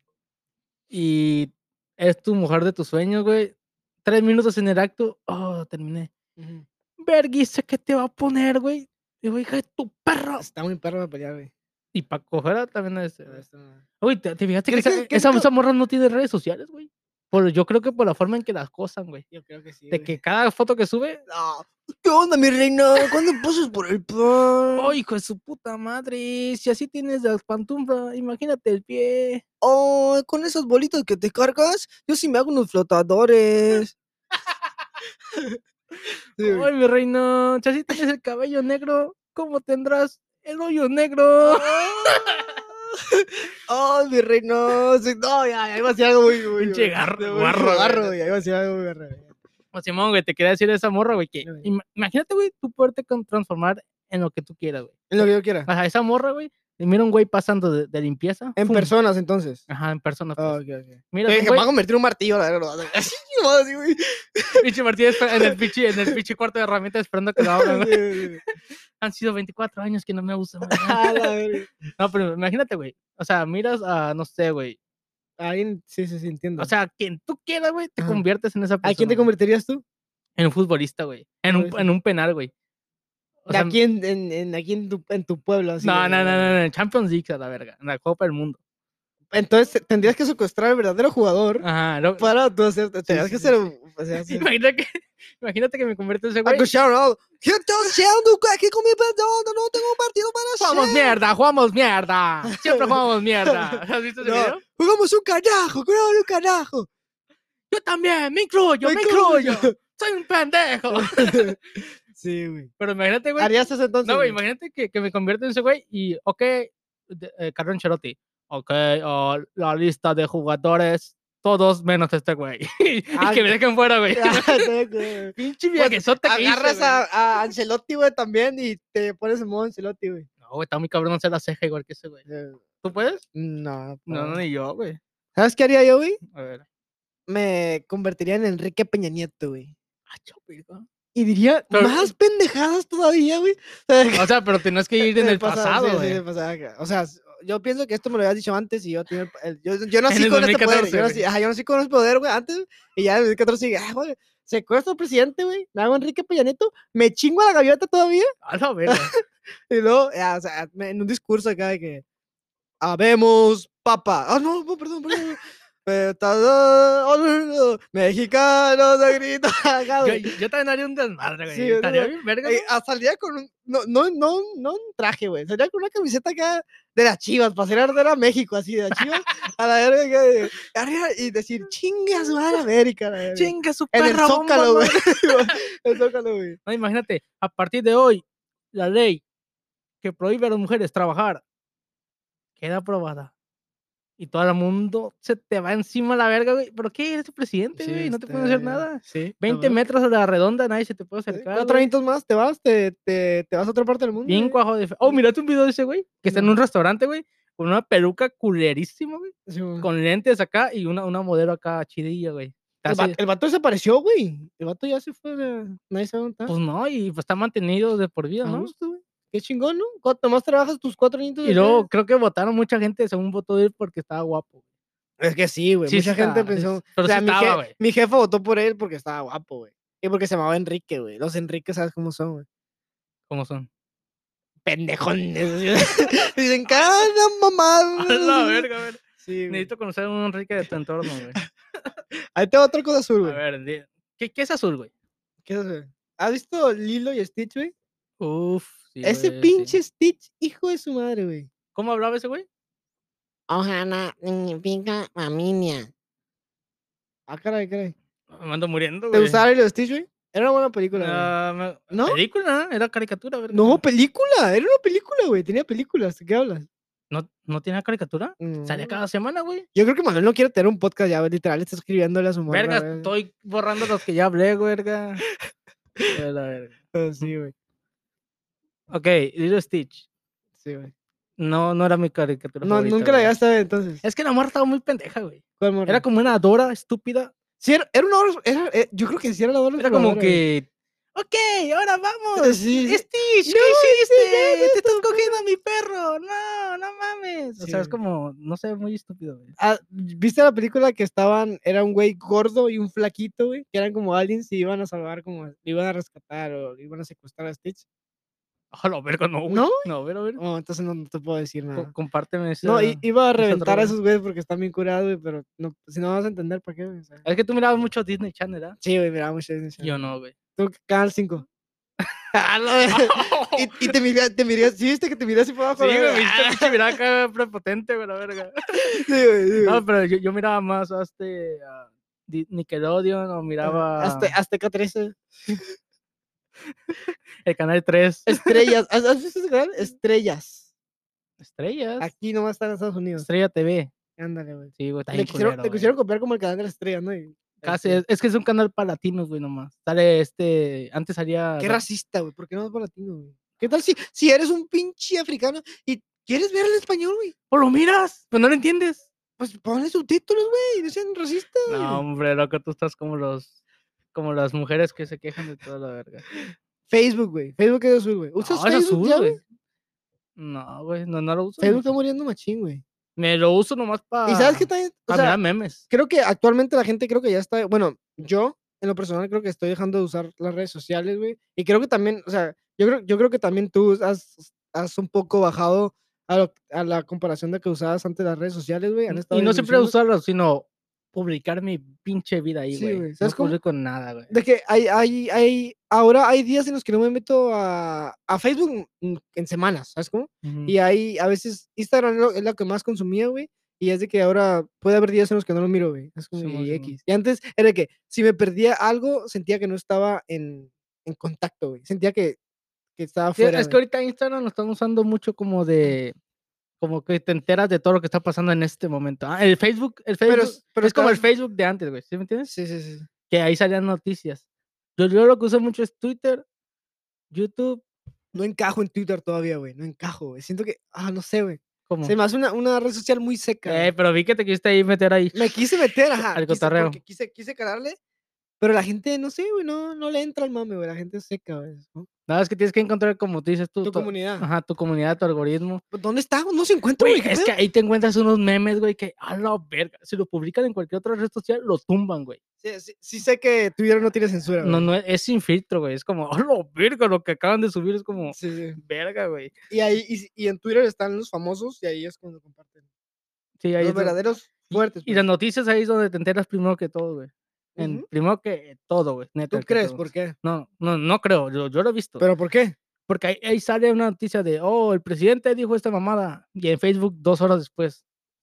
B: Y es tu mujer de tus sueños, güey. Tres minutos en el acto. Oh, terminé.
A: Ujú.
B: Verguisa, ¿qué te va a poner, güey? Digo, hija de tu perro.
A: Ah, Está muy perro para pelear, güey.
B: Y para coger también es.
A: No, está nada.
B: Uy, te, te fijaste que,
A: ¿Crees que-
B: esa,
A: crees
B: esa,
A: que-
B: esa morra no tiene redes sociales, güey. Por, yo creo que por la forma en que las cosas, güey.
A: Yo creo que sí.
B: De
A: güey.
B: que cada foto que sube.
A: Ah, ¿Qué onda, mi reina? ¿Cuándo pasas por el plan?
B: Oh, hijo de su puta madre. Si así tienes las pantuflas, imagínate el pie.
A: Oh, con esas bolitas que te cargas, yo sí me hago unos flotadores. Sí, güey.
B: Ay, mi reino, si así tienes el cabello negro, ¿cómo tendrás el hoyo
A: Ah.
B: negro?
A: Oh, mi reino. sí, No, ya, ya iba a decir algo muy. muy
B: Pinche
A: muy-
B: garro-
A: muy
B: guarro, güey.
A: Guarro, güey. ya Iba a decir algo muy garro. güey.
B: Pues, Simón, güey, te quería decir esa morra, güey, que
A: Sí, güey.
B: ima- imagínate, güey, tú poderte con- transformar en lo que tú quieras, güey.
A: En lo que yo quiera.
B: Ajá, esa morra, güey, y mira un güey pasando de, de limpieza.
A: En
B: ¡fum!
A: personas, entonces.
B: Ajá, en persona.
A: Ah,
B: pues.
A: ok, ok.
B: Mira,
A: Que que
B: un
A: me va a
B: güey,
A: convertir en un martillo, la verdad. lo vas a- Así, lo vas a decir, güey.
B: pinche Martínez en el pinche, en el pinche cuarto de herramientas esperando que lo abran, güey.
A: Sí, sí, sí.
B: Han sido 24 años que no me usan. güey.
A: A la verga.
B: No, pero imagínate, güey. O sea, miras a, no sé, güey.
A: Alguien, sí, sí, sí, entiendo.
B: O sea, quien tú quieras, güey, te
A: Ajá.
B: conviertes en esa persona.
A: ¿A quién te
B: güey.
A: convertirías tú?
B: En un futbolista, güey. En un,
A: Futbolista.
B: en un penal, güey. O
A: De
B: sea,
A: aquí en, en, en- aquí en tu, en tu pueblo. Así,
B: no,
A: de-
B: no, no, no, no, en Champions League a la verga. En la Copa del Mundo.
A: Entonces te- tendrías que secuestrar al verdadero jugador
B: Ajá. lo-
A: para tú hacer. pues, Tendrías
B: Ah, sí,
A: que
B: sí,
A: ser. O sea, sí.
B: imagínate, que, imagínate que me convierto en ese güey.
A: Marco Sharon, ¿qué estás haciendo aquí con mi perdón? No tengo un partido para
B: Jugamos
A: hacer.
B: mierda, jugamos mierda. Siempre jugamos mierda. ¿Has visto ese
A: No.
B: video?
A: Jugamos un carajo, jugamos un carajo.
B: Yo también, me incluyo, me,
A: Me
B: incluyo.
A: incluyo.
B: Soy un pendejo.
A: sí, güey.
B: Pero imagínate, güey.
A: ¿Harías eso entonces?
B: No, güey, imagínate que, que me convierto en ese güey y, ok, de- eh, Carlo Ancelotti. Ok, ah, la lista de jugadores, todos menos este güey. y
A: Ah,
B: que me dejen fuera, güey.
A: Ah, no, güey.
B: Pinche
A: Pues,
B: viajesota que hice,
A: Agarras
B: güey.
A: a, a Ancelotti, güey, también y te pones en modo Ancelotti, güey.
B: No, güey, está muy cabrón hacer la ceja igual que ese güey.
A: Eh, ah.
B: ¿Tú puedes?
A: No,
B: No, no,
A: pa.
B: ni yo, güey.
A: ¿Sabes qué haría yo, güey?
B: A ver.
A: Me convertiría en Enrique Peña Nieto, güey.
B: Ah, chupirga.
A: Y diría
B: Pero-
A: más pendejadas todavía, güey. O sea,
B: O sea, pero tenías que ir en
A: me
B: el
A: pasa- sí,
B: pasado,
A: sí,
B: güey.
A: me pasa que- O sea, s- yo pienso que esto me lo habías dicho antes y yo tenía el, el- yo, yo
B: En
A: nací
B: el
A: con este poder. Yo
B: 2014, güey.
A: nací, ajá, yo nací con este poder, güey, antes. Y ya en el 2014 dije, ah, güey, secuestro al presidente, güey. Me hago Enrique Peña Nieto, me chingo a la gaviota todavía.
B: A la verga.
A: Y luego, ya, o sea, me- en un discurso acá de que habemos papa. Ah, no, no, perdón, perdón. Eh, ta- da- oh, no, no, no, Mexicanos a gritar. acá,
B: Yo,
A: güey.
B: yo también haría un desmadre, güey.
A: Sí, o sea,
B: Estaría bien, verga.
A: Eh, ah, salía con un, no, no, no, no un traje, güey. Salía con una camiseta acá de las chivas, para hacer arder a México, así, de las chivas a la verga. acá de- arriba, y decir, chingas, madre América. la verga".
B: ¿no? Chinga su
A: en el
B: perra bomba,
A: zócalo,
B: madre.
A: güey. En el zócalo, güey.
B: No, imagínate, a partir de hoy, la ley que prohíbe a las mujeres trabajar queda aprobada. Y todo el mundo se te va encima la verga, güey. ¿Pero qué? Eres tu presidente, güey. no te pueden hacer nada.
A: Sí.
B: 20 este, metros a la redonda, nadie se te puede acercar.
A: Cuatro
B: güey.
A: añitos más, te vas, te, te, te vas a otra parte del mundo.
B: Bien
A: güey.
B: cuajo de fe- Oh, mirate un video de ese güey, que está en
A: No.
B: un restaurante, güey, con una peluca culerísima, güey.
A: Sí, güey.
B: Con lentes acá y una, una modelo acá chidilla, güey.
A: El,
B: Está así-
A: vato, el vato desapareció, güey. El vato ya se fue. de- Nadie sabe dónde está.
B: Pues no, y pues está mantenido de por vida,
A: A
B: ¿no?
A: gusto, güey. Qué chingón, ¿no? Cu- Nomás trabajas tus cuatro añitos.
B: Y
A: de
B: luego
A: feria.
B: creo que votaron mucha gente, según votó él, porque estaba guapo.
A: Es que sí, güey.
B: Sí
A: Mucha gente
B: está,
A: pensó.
B: es- pero
A: o sea,
B: sí
A: mi,
B: estaba,
A: je-
B: güey.
A: mi jefe votó por él porque estaba guapo, güey. Y porque se llamaba Enrique, güey. Los Enrique, ¿sabes cómo son, güey?
B: ¿Cómo son?
A: Pendejones. Dicen, cada mamada.
B: a ver.
A: Mm. Sí, güey.
B: Necesito conocer a un Enrique de tu entorno, güey.
A: Ahí te va otra cosa azul,
B: A
A: güey.
B: ver, di-
D: ¿Qué, qué es azul, güey?
A: ¿Qué es eso? ¿Has visto Lilo y Stitch, güey?
D: Uf. sí,
A: Ese
D: güey, sí.
A: pinche Stitch, hijo de su madre, güey.
D: ¿Cómo hablaba ese güey?
E: Ojalá significa familia.
A: Ah, caray, caray.
B: Me ando muriendo,
A: ¿Te
B: güey.
A: gustaba Lilo y Stitch, güey? Era una buena película, güey.
B: Ah, me-
A: ¿No?
B: ¿Película? Era caricatura, verga.
A: No, película, era una película, güey. Tenía películas, ¿de qué hablas?
B: ¿No, ¿No tenía caricatura? Salía
A: Mm.
B: cada semana, güey.
A: Yo creo que Manuel no quiere tener un podcast ya, güey, literal, está escribiéndole a su morra.
B: Verga,
A: güey.
B: estoy borrando los que ya hablé, güey, verga. A la verga.
A: Ah, Sí, güey.
B: Ok, Little Stitch.
A: Sí, güey.
B: No, no era mi caricatura.
A: No,
B: favorita,
A: nunca la
B: güey.
A: llegaste a ver entonces.
B: Es que la morra estaba muy pendeja, güey.
A: ¿Cuál morra?
B: Era como una dora estúpida.
A: Sí, era, era una hora. Era, eh, yo creo que sí era la hora.
B: Era como que. Ok, ahora vamos.
A: Sí, sí.
B: Stitch, ¿qué
A: No, sí,
B: hiciste?
A: ya,
B: Te estás cogiendo a mi perro. No, no mames. O
A: Sí,
B: sea,
A: güey.
B: es como, no sé, muy estúpido, güey.
A: Ah, ¿Viste la película que estaban, era un güey gordo y un flaquito, güey? Que eran como aliens y iban a salvar, como, le iban a rescatar o le iban a secuestrar a Stitch.
B: A la verga, no, güey.
A: ¿No?
B: No, pero, pero.
A: Oh, entonces no, no te puedo decir
B: Ah.
A: nada.
B: Compárteme eso.
A: No, i- iba a
B: esa
A: reventar
B: droga.
A: a esos güeyes porque están bien curados, güey, pero no, si no vas a entender, ¿para qué? güey? O sea,
B: Es que tú mirabas mucho Disney Channel, ¿ah?
A: sí, güey, miraba mucho Disney Channel.
B: Yo no, güey.
A: Tú, Canal 5. y, y te miré, te miré, ¿sí viste que te miré así para
B: Sí,
A: abajo? la
B: güey, me
A: verga?
B: hiciste pinche mirada acá prepotente, güey, la verga.
A: Sí, güey, sí, güey.
B: No, pero yo, yo miraba más a este a Di- Nickelodeon o miraba
A: Azte- Azteca 13.
B: el canal 3
A: Estrellas. ¿Has, has visto ese canal? Estrellas.
B: Estrellas.
A: Aquí nomás están en Estados Unidos.
B: Estrella TV.
A: Ándale, güey.
B: Sí, güey, está
A: Le
B: bien
A: quisieron,
B: culero,
A: te
B: güey.
A: quisieron copiar como el canal de las estrellas, ¿no? Y-
B: Casi,
A: este,
B: es, es que es un canal para latinos, güey, nomás. Sale este, antes salía
A: Qué
B: Ra-
A: racista, güey. ¿Por qué no es para latino, güey? ¿Qué tal si, si eres un pinche africano y quieres ver el español, güey?
B: ¡Oh, lo miras! Pues no lo entiendes.
A: Pues ponle subtítulos, güey. No sean racistas.
B: No, hombre, loco, tú estás como los como las mujeres que se quejan de toda la verga.
A: Facebook, güey. Facebook es azul, güey. ¿Usas
B: No, es
A: Facebook
B: azul,
A: ya,
B: güey. No, güey, no, no lo uso.
A: Facebook está muriendo machín, güey.
B: Me lo uso nomás para.
A: ¿Y sabes qué también? O
B: Para
A: sea,
B: mirar memes.
A: creo que actualmente la gente creo que ya está, bueno, yo en lo personal creo que estoy dejando de usar las redes sociales, güey. Y creo que también, o sea, yo creo, yo creo que también tú has, has un poco bajado a, lo- a la comparación de que usabas antes las redes sociales, güey. han
B: N-
A: estado
B: Mm, Y no siempre
A: evolucionando.
B: usarlo, sino publicar mi pinche vida ahí,
A: Sí,
B: güey.
A: güey,
B: no
A: ¿sabes cómo?
B: publico nada, güey.
A: De que hay, hay, hay, ahora hay días en los que no me meto a, a Facebook mm, en semanas, ¿sabes cómo?
B: Ujú.
A: Y ahí a veces Instagram es lo, es la que más consumía, güey. Y es de que ahora puede haber días en los que no lo miro, güey. Es como
B: Simón,
A: que
B: Simón.
A: X. Y antes era que si me perdía algo, sentía que no estaba en, en contacto, güey. Sentía que, que estaba
B: Sí,
A: fuera.
B: es que
A: güey.
B: ahorita Instagram lo están usando mucho como de. Como que te enteras de todo lo que está pasando en este momento. Ah, el Facebook, el Facebook.
A: Pero es- pero
B: es como el
A: estaba-
B: Facebook de antes, güey. ¿Sí me entiendes?
A: Sí, sí, sí.
B: Que ahí salían noticias. Yo, yo lo que uso mucho es Twitter, YouTube,
A: No encajo en Twitter todavía, güey. No encajo, güey. Siento que, ah, no sé, güey.
B: como.
A: Se me hace una, una red social muy seca. güey.
B: Eh, pero vi que te quisiste ahí meter ahí.
A: Me quise meter, ajá.
B: al
A: quise-
B: cotorreo.
A: porque Quise, quise calarle. Pero la gente, no sé, güey, no, no le entra al mame, güey. La gente es seca, güey. ¿no?
B: Nada, es que tienes que encontrar, como tú dices, tú,
A: Tu comunidad.
B: Ajá, tu comunidad, tu algoritmo.
A: Pues, ¿Dónde está? No se encuentra,
B: Güey,
A: güey. ¿qué
B: es
A: pedo?
B: que ahí te encuentras unos memes, güey, que a la verga. Si lo publican en cualquier otra red social, lo tumban, güey.
A: Sí, sí, sí sé que Twitter no tiene censura.
B: No,
A: güey.
B: no, es sin filtro, güey. Es como, a la verga, lo que acaban de subir es como,
A: Sí, sí.
B: verga, güey.
A: Y ahí y, y en Twitter están los famosos y ahí es cuando comparten.
B: Sí,
A: Los
B: ahí es donde-
A: verdaderos fuertes.
B: Y
A: pues.
B: las noticias ahí es donde te enteras primero que todo, güey. En-
A: Ujú.
B: Primero que todo, güey. neta,
A: ¿Tú
B: que
A: crees
B: todo.
A: por qué?
B: No, no, no creo. Yo, yo lo he visto.
A: ¿Pero por qué?
B: Porque ahí, ahí sale una noticia de, oh, el presidente dijo esta mamada. Y en Facebook dos horas después.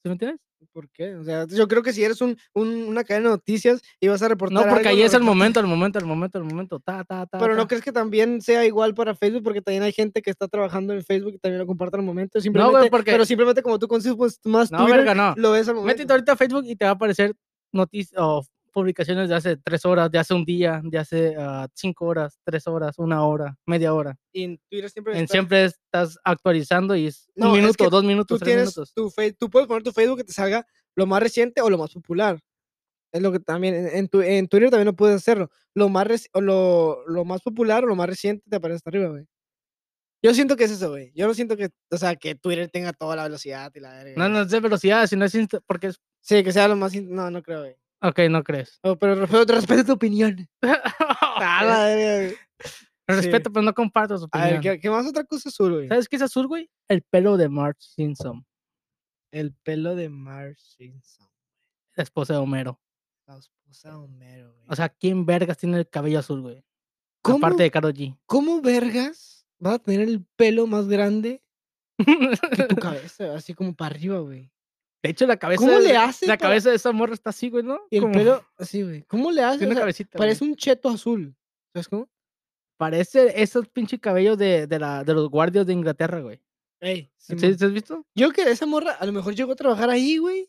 B: ¿Sí me entiendes?
A: ¿Por qué? O sea, yo creo que si eres un, un- una cadena de noticias y vas a reportar.
B: No, porque
A: algo,
B: ahí
A: lo
B: es el
A: reportas.
B: momento, el momento, el momento, el momento. Ta, ta, ta.
A: Pero
B: ta.
A: no crees que también sea igual para Facebook, porque también hay gente que está trabajando en Facebook y también lo comparte al momento. Simplemente,
B: porque-
A: Pero simplemente como tú consumes más
B: No,
A: Twitter,
B: verga, no.
A: lo ves al momento.
B: Métete ahorita a Facebook y te va a aparecer noticias o publicaciones de hace tres horas, de hace un día, de hace ah, cinco horas, tres horas, una hora, media hora.
A: Y en Twitter siempre
B: En
A: está-
B: siempre estás actualizando y es
A: No,
B: un
A: es
B: minuto,
A: que
B: dos minutos,
A: tú
B: tres
A: tienes
B: minutos.
A: tu Facebook, tú puedes poner tu Facebook que te salga lo más reciente o lo más popular. Es lo que también en, en tu, en Twitter también lo puedes hacerlo. Lo más reci- o lo, lo más popular o lo más reciente te aparece hasta arriba, güey. Yo siento que es eso, güey. Yo no siento que, o sea, que Twitter tenga toda la velocidad y la verga.
B: No, no es de velocidad, sino es insta- porque es.
A: Sí, que sea lo más. in- No, no creo, güey.
B: Ok, no crees.
A: Oh, pero respeto, te respeto tu opinión. A la
B: Pero
A: verga, güey.
B: Respeto, pero no comparto su
A: A ver,
B: opinión.
A: ¿qué, qué más otra cosa azul, güey?
B: ¿Sabes qué es azul, güey? El pelo de Marge Simpson,
A: El pelo de Marge Simpson.
B: la esposa de Homero.
A: La esposa de Homero, güey.
B: O sea, ¿quién vergas tiene el cabello azul, güey?
A: ¿Cómo,
B: Aparte de Karol G.
A: ¿cómo vergas vas a tener el pelo más grande que tu cabeza? Así como para arriba, güey.
B: De hecho, la cabeza.
A: ¿Cómo le
B: de-
A: hace
B: La
A: para-
B: cabeza de esa morra está así, güey, ¿no?
A: Y el
B: Como-
A: pelo, así, güey. ¿Cómo le haces? O
B: Tiene una
A: sea,
B: cabecita. güey.
A: parece un cheto azul. ¿Sabes cómo?
B: Parece esos pinches cabellos de, de, la, de los guardias de Inglaterra, güey.
A: Ey,
B: ¿Sí,
A: Simón.
B: sí has visto?
A: Yo creo que esa morra a lo mejor llegó a trabajar ahí, güey.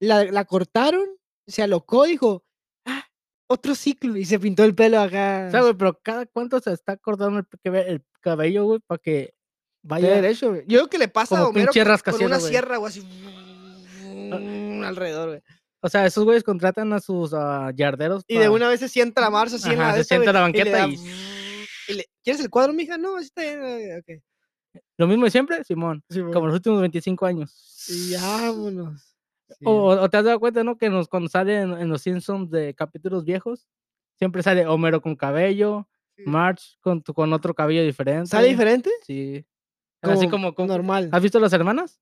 A: La, la cortaron, se alocó, dijo, ah, otro ciclo. Y se pintó el pelo acá.
B: O sea, güey, pero cada cuánto se está cortando el, pe- el cabello, güey, para que
A: de
B: vaya
A: derecho, güey. Yo creo que le pasa a
B: como
A: Homero
B: pinche
A: con una
B: rascacielos, güey.
A: sierra, güey, Ah. así. Alrededor, güey.
B: O sea, esos güeyes contratan a sus ah, yarderos.
A: Y de
B: pa-
A: una vez se sienta la marcha, así en
B: Ajá,
A: la
B: se
A: de esta,
B: sienta en
A: güey,
B: la
A: le
B: banqueta
A: y le- ¿Quieres el cuadro, mija? No, así está bien. eh, ok.
B: Lo mismo de siempre, Simón.
A: Sí, güey.
B: Como los últimos 25 años.
A: Y vámonos. Sí,
B: O, o te has dado cuenta, ¿no? Que nos, cuando salen en los Simpsons de capítulos viejos, siempre sale Homero con cabello,
A: Sí.
B: March con, tu- con otro cabello diferente.
A: ¿Sale diferente?
B: Sí. así como, como-
A: normal.
B: ¿Has visto las hermanas?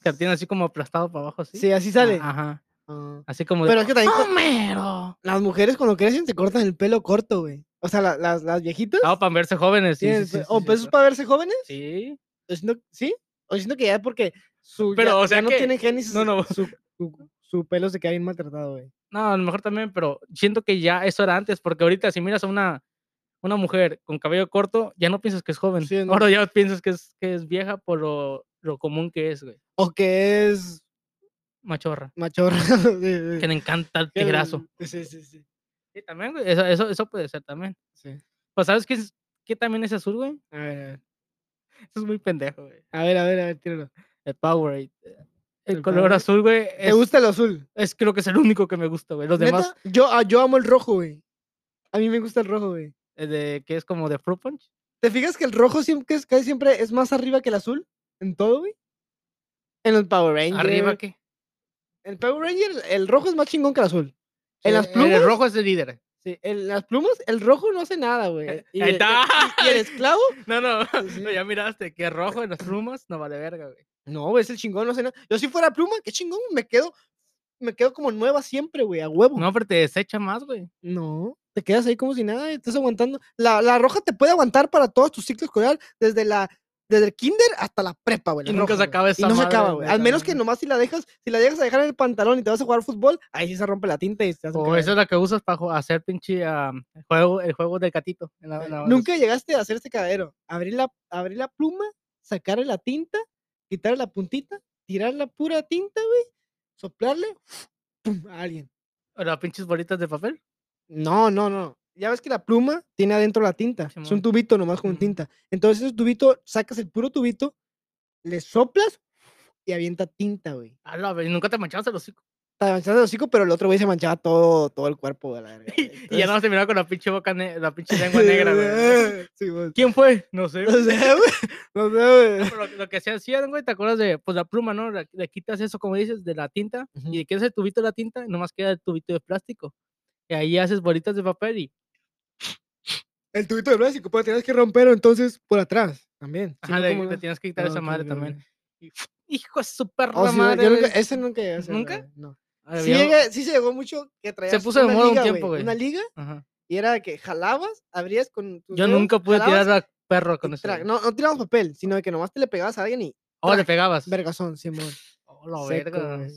B: Que tienen así como aplastado para abajo, así.
A: Sí, así sale.
B: Ah, Ajá.
A: Ah.
B: Así como de,
A: Pero es que también cu-
B: ¡Homero!
A: las mujeres cuando crecen se cortan el pelo corto, güey. O sea, la- las, las viejitas.
B: Ah, para verse jóvenes. Sí,
A: tienen
B: sí,
A: el
B: sí,
A: pe-
B: sí,
A: o
B: sí,
A: pues eso es para verse jóvenes.
B: sí.
A: o si no- ¿Sí? O siento que ya es porque su,
B: Pero,
A: ya,
B: o
A: ya
B: sea
A: no
B: que-
A: tienen génesis.
B: no, no.
A: Su, su, su pelo se queda bien maltratado, güey.
B: No, a lo mejor también, pero siento que ya eso era antes, porque ahorita si miras a una, una mujer con cabello corto, ya no piensas que es joven.
A: Sí, no.
B: Ahora ya piensas que es, que es vieja por lo, lo común que es, güey.
A: O que es
B: Machorra.
A: machorra. sí, sí.
B: Que le encanta el
A: Que el-
B: tigrazo.
A: Sí, sí, sí.
B: Sí, también, güey. Eso, eso, eso puede ser también.
A: sí.
B: Pues, ¿sabes qué, es- qué también es azul, güey?
A: A ver, a ver.
B: Eso es muy pendejo, güey.
A: A ver, a ver, a ver, tíralo.
B: El Powerade. El,
A: El
B: color
A: Powerade.
B: azul, güey.
A: ¿Te
B: Es,
A: gusta el azul?
B: es creo que es el único que me gusta, güey. Los demás,
A: ¿Neta? Yo, ah, yo amo el rojo, güey. A mí me gusta el rojo, güey.
B: eh, de, que es como de Fruit Punch.
A: ¿Te fijas que el rojo siempre es, casi siempre es más arriba que el azul? En todo, güey. En el Power Ranger.
B: ¿Arriba qué?
A: En el Power Ranger, el- el rojo es más chingón que el azul. En
B: Sí,
A: las
B: Eh, El
A: plumas.
B: rojo es el líder.
A: Sí, en las plumas, el rojo no hace nada, güey. Y
B: Eh,
A: eh, el-
B: ahí
A: y-
B: está.
A: y el esclavo. pues
B: No, no,
A: sí.
B: no, ya miraste que rojo en las plumas no vale verga, güey.
A: No, güey, es el chingón, no hace nada. Yo si fuera pluma, qué chingón, me quedo. Me quedo como nueva siempre, güey, a huevo.
B: No, pero te desecha más, güey.
A: No, te quedas ahí como si nada, estás aguantando. La, la roja te puede aguantar para todos tus ciclos escolar, desde la desde el kinder hasta la prepa, güey. la
B: Y nunca
A: roja,
B: se
A: güey.
B: acaba
A: Y
B: esa
A: no se
B: madre,
A: acaba, güey. Al
B: neta,
A: menos que
B: no.
A: nomás si la dejas, si la dejas a dejar en el pantalón y te vas a jugar fútbol, ahí sí se rompe la tinta y te hace un
B: O
A: cagadero.
B: Oh, esa es la que usas para hacer pinche ah, el juego, el juego del gatito. en la- en la- en los-
A: Nunca llegaste a hacer este cadero. Abrir la, abrir la pluma, sacarle la tinta, quitarle la puntita, tirar la pura tinta, güey, soplarle, pum, a alguien.
B: o las pinches bolitas de papel.
A: No, no, no. Ya ves que la pluma tiene adentro la tinta. Es un
B: Simón.
A: tubito nomás con
B: Ujú.
A: tinta. Entonces ese tubito, sacas el puro tubito, le soplas y avienta tinta, güey.
B: A la vez, nunca te manchabas el hocico.
A: Te avanzas el hocico, pero el otro güey se manchaba todo, todo el cuerpo de la verga, güey.
B: Y ya no se miraba con la pinche boca, ne- la pinche lengua negra, güey.
A: Simón.
B: ¿Quién fue? No sé.
A: No
B: güey.
A: sé, güey. No sé, güey.
B: Pero lo, lo que se hacían, güey, ¿te acuerdas de pues, la pluma, no? Le, le quitas eso, como dices, de la tinta
A: Ujú.
B: y le quedas el tubito de la tinta y nomás queda el tubito de plástico. Y ahí haces bolitas de papel y
A: El tubito de plástico, pero tenías que romperlo entonces por atrás también. Si
B: ajá,
A: no,
B: le,
A: ¿cómo
B: le
A: le haces?
B: tienes que quitar
A: Ah,
B: esa
A: ok,
B: madre
A: ok,
B: también.
A: ok.
B: Hijo de su perra
A: Oh, sí, no,
B: madre.
A: yo nunca,
B: güey.
A: ese nunca llegué a hacerlo,
B: ¿Nunca?
A: güey, No.
B: Había
A: Sí,
B: un-
A: llegué- sí se llegó mucho que traías
B: puso de
A: una
B: moda un
A: liga,
B: tiempo, güey.
A: Una liga
B: ajá.
A: Y era de que jalabas, abrías con tus
B: Yo
A: dedos,
B: nunca pude
A: jalabas
B: tirar a perro
A: y
B: con eso.
A: tra- No, no tirabas papel, sino de que nomás te le pegabas a alguien y
B: Oh, le
A: track.
B: pegabas.
A: vergazón, Simón.
B: Oh, la
A: seco,
B: verga.
A: güey.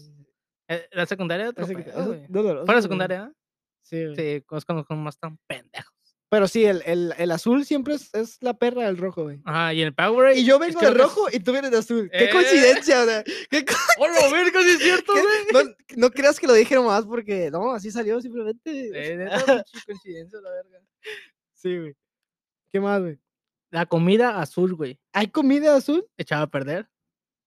B: Eh, La secundaria era otro
A: Así que-
B: pedo,
A: eso-
B: güey.
A: doloroso,
B: Fue
A: güey.
B: la secundaria,
A: Sí,
B: ¿eh?
A: güey.
B: Sí, es cuando son más tan pendejos.
A: Pero sí, el, el, el azul siempre es, es la perra del rojo, güey.
B: Ajá, y en el Powerade.
A: Y yo
B: es
A: vengo
B: que
A: de
B: creo que-
A: rojo y tú vienes de azul. ¡Qué
B: Eh.
A: coincidencia! o sea, qué co-
B: ¡Oh, la verga, sí es cierto,
A: ¿Qué?
B: güey!
A: no, no creas que lo dije nomás porque, no, así salió simplemente. o
B: Eh,
A: sea,
B: neta, pinche coincidencia, la verga.
A: Sí, güey. ¿Qué más, güey?
B: La comida azul, güey.
A: ¿Hay comida azul?
B: Echaba a perder.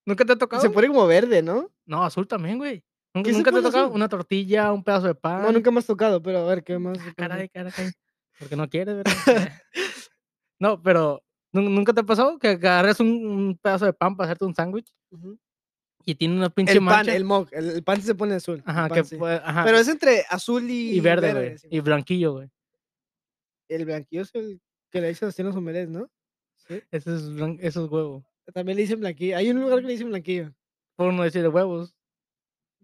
B: ¿Nunca te ha tocado?
A: Se pone como verde, ¿no?
B: No, azul también, güey. ¿Nunca,
A: ¿Qué se
B: nunca te ha
A: pone
B: tocado?
A: azul?
B: Una tortilla, un pedazo de pan.
A: No, nunca me has tocado, pero a ver, ¿qué más?
B: Ah,
A: se pone
B: Caray, caray. Porque no quieres, ¿verdad? no, pero ¿nun- ¿nunca te ha pasado que agarres un, un pedazo de pan para hacerte un sándwich
A: azul? Ujú.
B: y tiene una pinche
A: El pan,
B: mancha?
A: el mug, el, el pan sí se pone azul. el
B: Ajá,
A: pan
B: que
A: sí.
B: puede- ajá,
A: Pero es entre azul y,
B: y verde, güey.
A: sí,
B: Y blanquillo, güey.
A: El blanquillo es el que le dicen así en los omelets, ¿no? Sí.
B: Ese es, blan- eso es huevo.
A: También le dicen blanquillo. Hay un lugar que le dicen blanquillo.
B: Por no decir de huevos.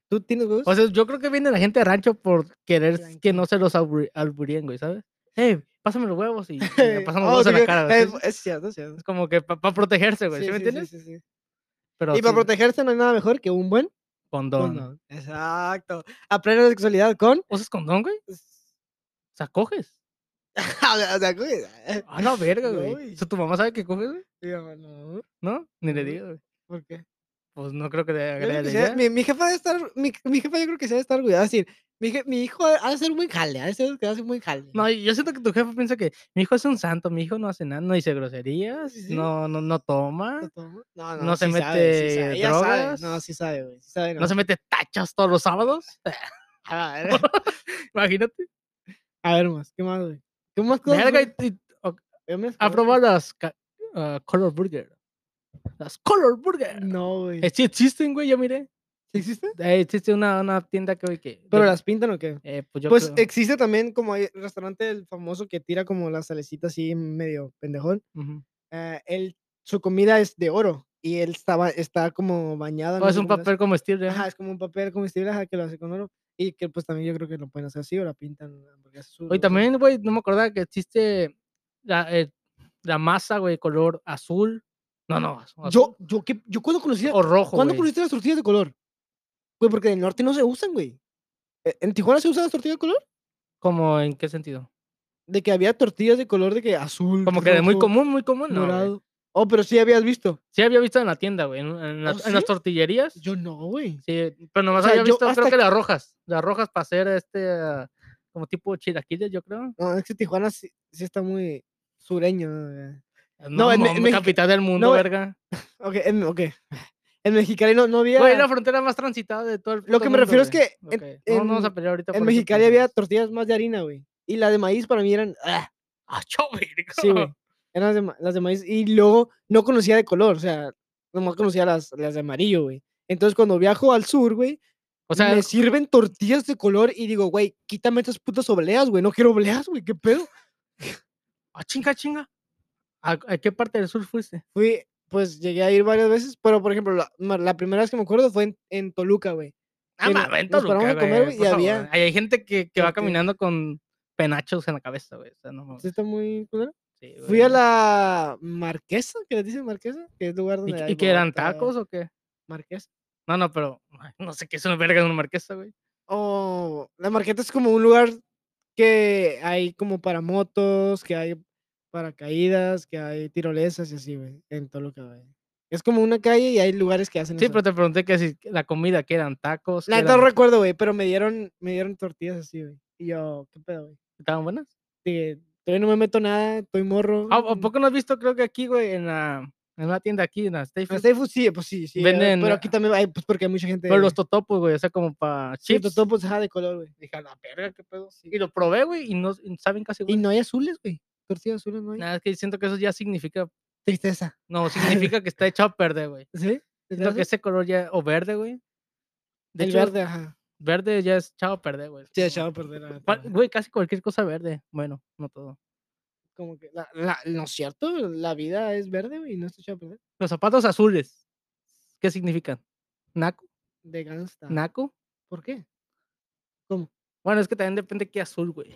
A: ¿Tú tienes huevos?
B: O sea, yo creo que viene la gente de rancho por querer
A: Tranqui.
B: que no se los alburi- alburien, güey, ¿sabes? Hey, pásame los huevos y, y le pasamos
A: Oh,
B: los huevos en
A: sí,
B: la cara. güey,
A: eh,
B: ¿sí?
A: Es cierto, es cierto.
B: Es como que para protegerse, güey, ¿sí,
A: Sí,
B: me
A: sí,
B: entiendes?
A: sí, sí, sí.
B: Pero
A: Y para
B: sí,
A: protegerse no hay nada mejor que un buen
B: condón.
A: condón. Exacto. Aprender la sexualidad con.
B: ¿Usas condón, güey? O sea, coges.
A: o sea, cuida.
B: Ah, no, verga, güey.
A: Uy.
B: O sea, tu mamá sabe que coges, güey,
A: Digo, no,
B: ¿no? Ni le
A: No.
B: digas, güey.
A: ¿Por qué?
B: Pues no creo que le
A: Yo creo
B: agrade
A: que
B: la
A: se ha-
B: idea.
A: mi, mi jefa debe estar, mi, mi jefa yo creo que se debe estar orgullosa. Es decir, mi, je- mi hijo ha ha de ser un buen jale, ha de ser que hace un buen jale.
B: No, yo siento que tu jefe piensa que mi hijo es un santo, mi hijo no hace nada, no dice groserías,
A: Sí, sí.
B: no, no, no toma,
A: No, toma. no,
B: no se
A: sabe,
B: mete
A: sabe, ella sabe. No,
B: drogas.
A: sí sabe, güey. Sí sabe,
B: no se mete tachas todos los sábados.
A: A ver,
B: Imagínate.
A: a ver más, ¿qué más, güey? ¿Qué más cosas?
B: Verga,
A: güey?
B: y- y- ok,
A: ¿Qué más
B: ¿Ha
A: cosas?
B: probado las ca- ah, Color Burger? Las Color Burger.
A: No, güey.
B: Eh, sí existen, güey, ya miré.
A: ¿Sí ¿Existe?
B: Eh, existe una, una tienda que, güey, que...
A: ¿Pero
B: yo-
A: las pintan o qué?
B: eh, pues yo
A: Pues
B: creo-
A: existe también como hay restaurante el famoso que tira como la salecita así medio pendejón.
B: Ujú.
A: eh, él, su comida es de oro y él estaba, está como bañado.
B: Oh, es un papel comestible. ¿eh?
A: Ajá, es como un papel comestible ajá, que lo hace con oro. Y que pues también yo creo que lo pueden hacer así o la pintan. hamburguesas azul,
B: Oye,
A: no sé.
B: también, güey, no me acordaba que existe la, eh, la masa, güey, color azul. No, no, azul.
A: Yo, yo, ¿qué- yo cuando conocí,
B: o rojo,
A: ¿cuándo
B: güey.
A: conociste las tortillas de color? Güey, porque en el norte no se usan, güey. Eh, ¿En Tijuana se usan las tortillas de color?
B: ¿Cómo? ¿En qué sentido?
A: De que había tortillas de color de que azul.
B: Como que de muy
A: rojo,
B: común, muy común, no, güey.
A: Morado. Oh, pero sí habías visto.
B: Sí había visto en la tienda, güey, en, en la-
A: ¿Oh,
B: en las
A: sí?
B: tortillerías.
A: Yo no, güey.
B: Sí, pero nomás
A: O sea,
B: había
A: yo
B: visto, creo
A: hasta
B: que las rojas. Las rojas para hacer este, ah, como tipo chilaquiles, yo creo.
A: No, es que Tijuana sí, sí está muy sureño. ¿no?
B: No,
A: en
B: en,
A: Me- en Mexica-
B: capital del mundo,
A: güey.
B: verga.
A: Ok, en, ok. En Mexicali no, no había.
B: Güey, es la frontera más transitada de todo el
A: Lo
B: puto
A: que me refiero
B: mundo,
A: es
B: güey.
A: que en-
B: Ok, no, no vamos
A: en-
B: a pelear
A: en
B: ahorita por esos
A: Mexicali había
B: pendejos.
A: tortillas más de harina, güey. Y las de maíz para mí eran. ah,
B: Ah, chau, verga.
A: sí, güey. Eran las de, ma- las de maíz. Y luego no conocía de color, o sea, nomás conocía las, las de amarillo, güey. Entonces cuando viajo al sur, güey,
B: O sea,
A: me sirven tortillas de color y digo, güey, quítame estas putas obleas, güey. No quiero obleas, güey, qué pedo.
B: Ah, chinga, chinga. ¿A, a qué parte del sur fuiste?
A: Fui, pues llegué a ir varias veces, pero por ejemplo, la, ma- la primera vez que me acuerdo fue en, en Toluca, güey.
B: Ah,
A: Que no-
B: mames, en
A: nos
B: Toluca,
A: paramos a comer, güey,
B: güey, por
A: y
B: favor.
A: había-
B: Ahí hay gente que, que va
A: Tortillas.
B: caminando con penachos en la cabeza, güey. O sea, no mames,
A: Sí, está muy culera.
B: sí,
A: Fui a
B: güey.
A: la Marquesa, que les dicen Marquesa, que es lugar donde
B: ¿Y,
A: hay
B: y que eran
A: mota,
B: tacos o qué?
A: Marquesa.
B: No, no, pero ay, no sé qué es una verga de una marquesa, güey.
A: O Oh, la Marqueta es como un lugar que hay como para motos, que hay paracaídas, que hay tirolesas y así, güey, en Toluca, güey. Es como una calle y hay lugares que hacen
B: Sí,
A: eso.
B: pero te pregunté que si la comida, que eran tacos.
A: La
B: qué
A: neta no
B: eran-
A: recuerdo, güey, pero me dieron, me dieron tortillas así, güey. Y yo, ¿qué pedo, güey?
B: ¿Estaban buenas?
A: que todavía no me meto nada, estoy morro.
B: Ah, ¿A poco no has visto, creo que aquí, güey, en la, en una tienda aquí, en la State
A: En
B: Food,
A: Stay Food sí, pues sí, sí. eh,
B: Venden,
A: Pero aquí
B: ah,
A: también hay, pues porque hay mucha gente.
B: Pero los totopos, güey, o sea, como para
A: sí,
B: chips.
A: totopos, ajá, de color, güey.
B: Dije, a la verga, qué pedo. Y lo probé, güey, y no y saben casi,
A: Y
B: güey.
A: no hay azules, güey. Tortillas azules no hay.
B: Nada, es que siento que eso ya significa
A: Tristeza.
B: No, significa que está hecho a perder, güey.
A: ¿Sí? ¿Se te
B: Siento
A: hace?
B: que ese color ya, o verde, güey. De
A: El
B: hecho,
A: verde, ajá.
B: Verde ya es echado a perder, güey.
A: Sí,
B: como-
A: echado a perder. la
B: cual-
A: neta,
B: Güey, casi cualquier cosa verde. Bueno, no todo.
A: Como que, la, la- no es cierto, la vida es verde, güey, no está echado a perder.
B: Los zapatos azules, ¿qué significan? ¿Naco?
A: De gangsta.
B: ¿Naco?
A: ¿Por qué?
B: Bueno, es que también depende qué azul, güey.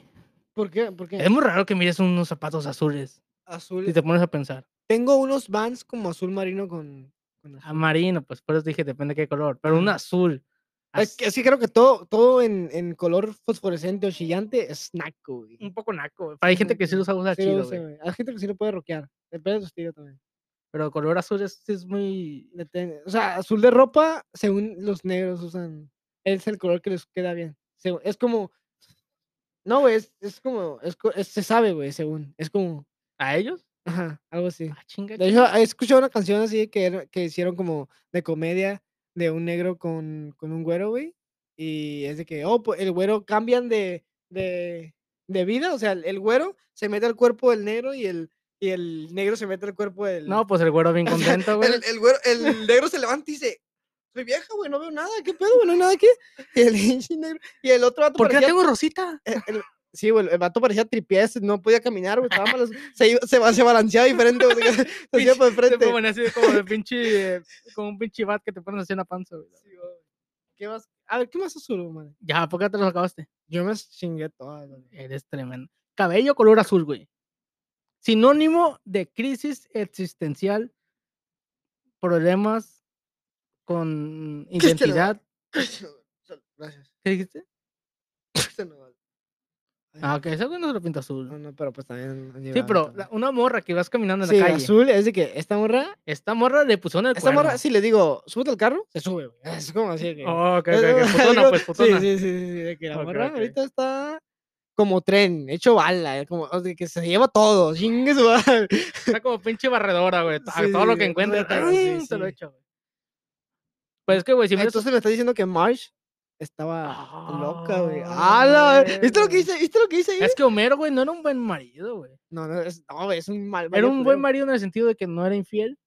A: ¿Por qué? ¿Por qué?
B: Es muy raro que mires unos zapatos azules
A: Azul.
B: y te pones a pensar.
A: Tengo unos vans como azul marino con. con azul.
B: A marino, pues por eso dije, depende qué color. Pero un
A: Ajá.
B: azul.
A: Es
B: az-
A: que, es que creo que todo, todo en, en color fosforescente o chillante es naco, güey.
B: Un poco naco, güey. Pero hay gente que sí los usa
A: Sí lo
B: Mm, chido,
A: usa,
B: güey.
A: güey. Hay gente que sí lo puede roquear. Depende de tu estilo también.
B: Pero color azul es, es muy.
A: Le ten- O sea, azul de ropa, según los negros usan, es el color que les queda bien. según- Es como. No, güey, es, es como. es co- es- se sabe, güey, según. Es como.
B: ¿A ellos?
A: Ajá, algo así.
B: Ah, chinga.
A: De hecho, he escuchado una canción así que, era- que hicieron como de comedia de un negro con, con un güero, güey. Y es de que, oh, pues, el güero cambian de, de, de vida. O sea, el, el güero se mete al cuerpo del negro y el, y el negro se mete al cuerpo del.
B: No, pues el güero bien
A: O sea,
B: contento, güey.
A: El, el güero- el negro se levanta y dice, soy vieja, güey, no veo nada, ¿qué pedo, güey? No hay nada aquí. Y el, pinche negro- y el otro vato
B: ¿Por qué la
A: parecía-
B: tengo rosita?
A: el- el- sí, güey, el vato parecía tripiés, no podía caminar, güey, estaba malas- se, iba- se, ba- se balanceaba diferente, güey, se hacía
B: Pinche-
A: para
B: Te
A: enfrente.
B: ponen así como de pinche, eh, como un pinche bat que te pones así en la panza, güey.
A: Sí, güey. ¿Qué más? A ver, ¿qué más oscuro, madre?
B: Ya, ¿por qué te los acabaste?
A: Yo me chingué todas. la neta.
B: Eres tremendo. Cabello color azul, güey. Sinónimo de crisis existencial, problemas con
A: te lo-
B: identidad.
A: Gracias.
B: ¿Qué dijiste?
A: Se me va. Ay,
B: Ah, ok, ese güey no se lo pinta
A: No,
B: azul.
A: no, pero pues también.
B: Sí, pero la- una morra que vas caminando en la
A: Sí,
B: calle.
A: azul es de que esta morra.
B: Esta morra le pusieron el
A: Esta morra,
B: cuerno.
A: si le digo, súbete al carro, se sube, güey. Es como así de que.
B: Oh, ok, ok,
A: Es
B: ok,
A: como-
B: putona,
A: digo,
B: pues, putona.
A: Sí, sí, sí, sí, sí, de que la
B: Ok,
A: morra
B: ok.
A: ahorita está como tren, hecho bala, eh, como o sea, que se lleva todo, chingue su madre.
B: Está como pinche barredora, güey. ta-
A: Sí,
B: todo lo
A: sí,
B: que
A: sí,
B: encuentra,
A: sí,
B: ta-
A: sí,
B: ¡ah! se lo
A: sí.
B: echa, güey. Pues es que, güey, siempre...
A: Entonces me está diciendo que Marsh estaba loca, güey.
B: Ah,
A: ¡Hala!
B: güey,
A: ¿Viste lo que
B: güey.
A: hice? ¿Viste lo que hice ahí?
B: Es que Homero, güey, no era un buen marido, güey.
A: No, no, es, no, güey, es un mal
B: Era
A: marido
B: un buen
A: culero.
B: marido en el sentido de que no era infiel.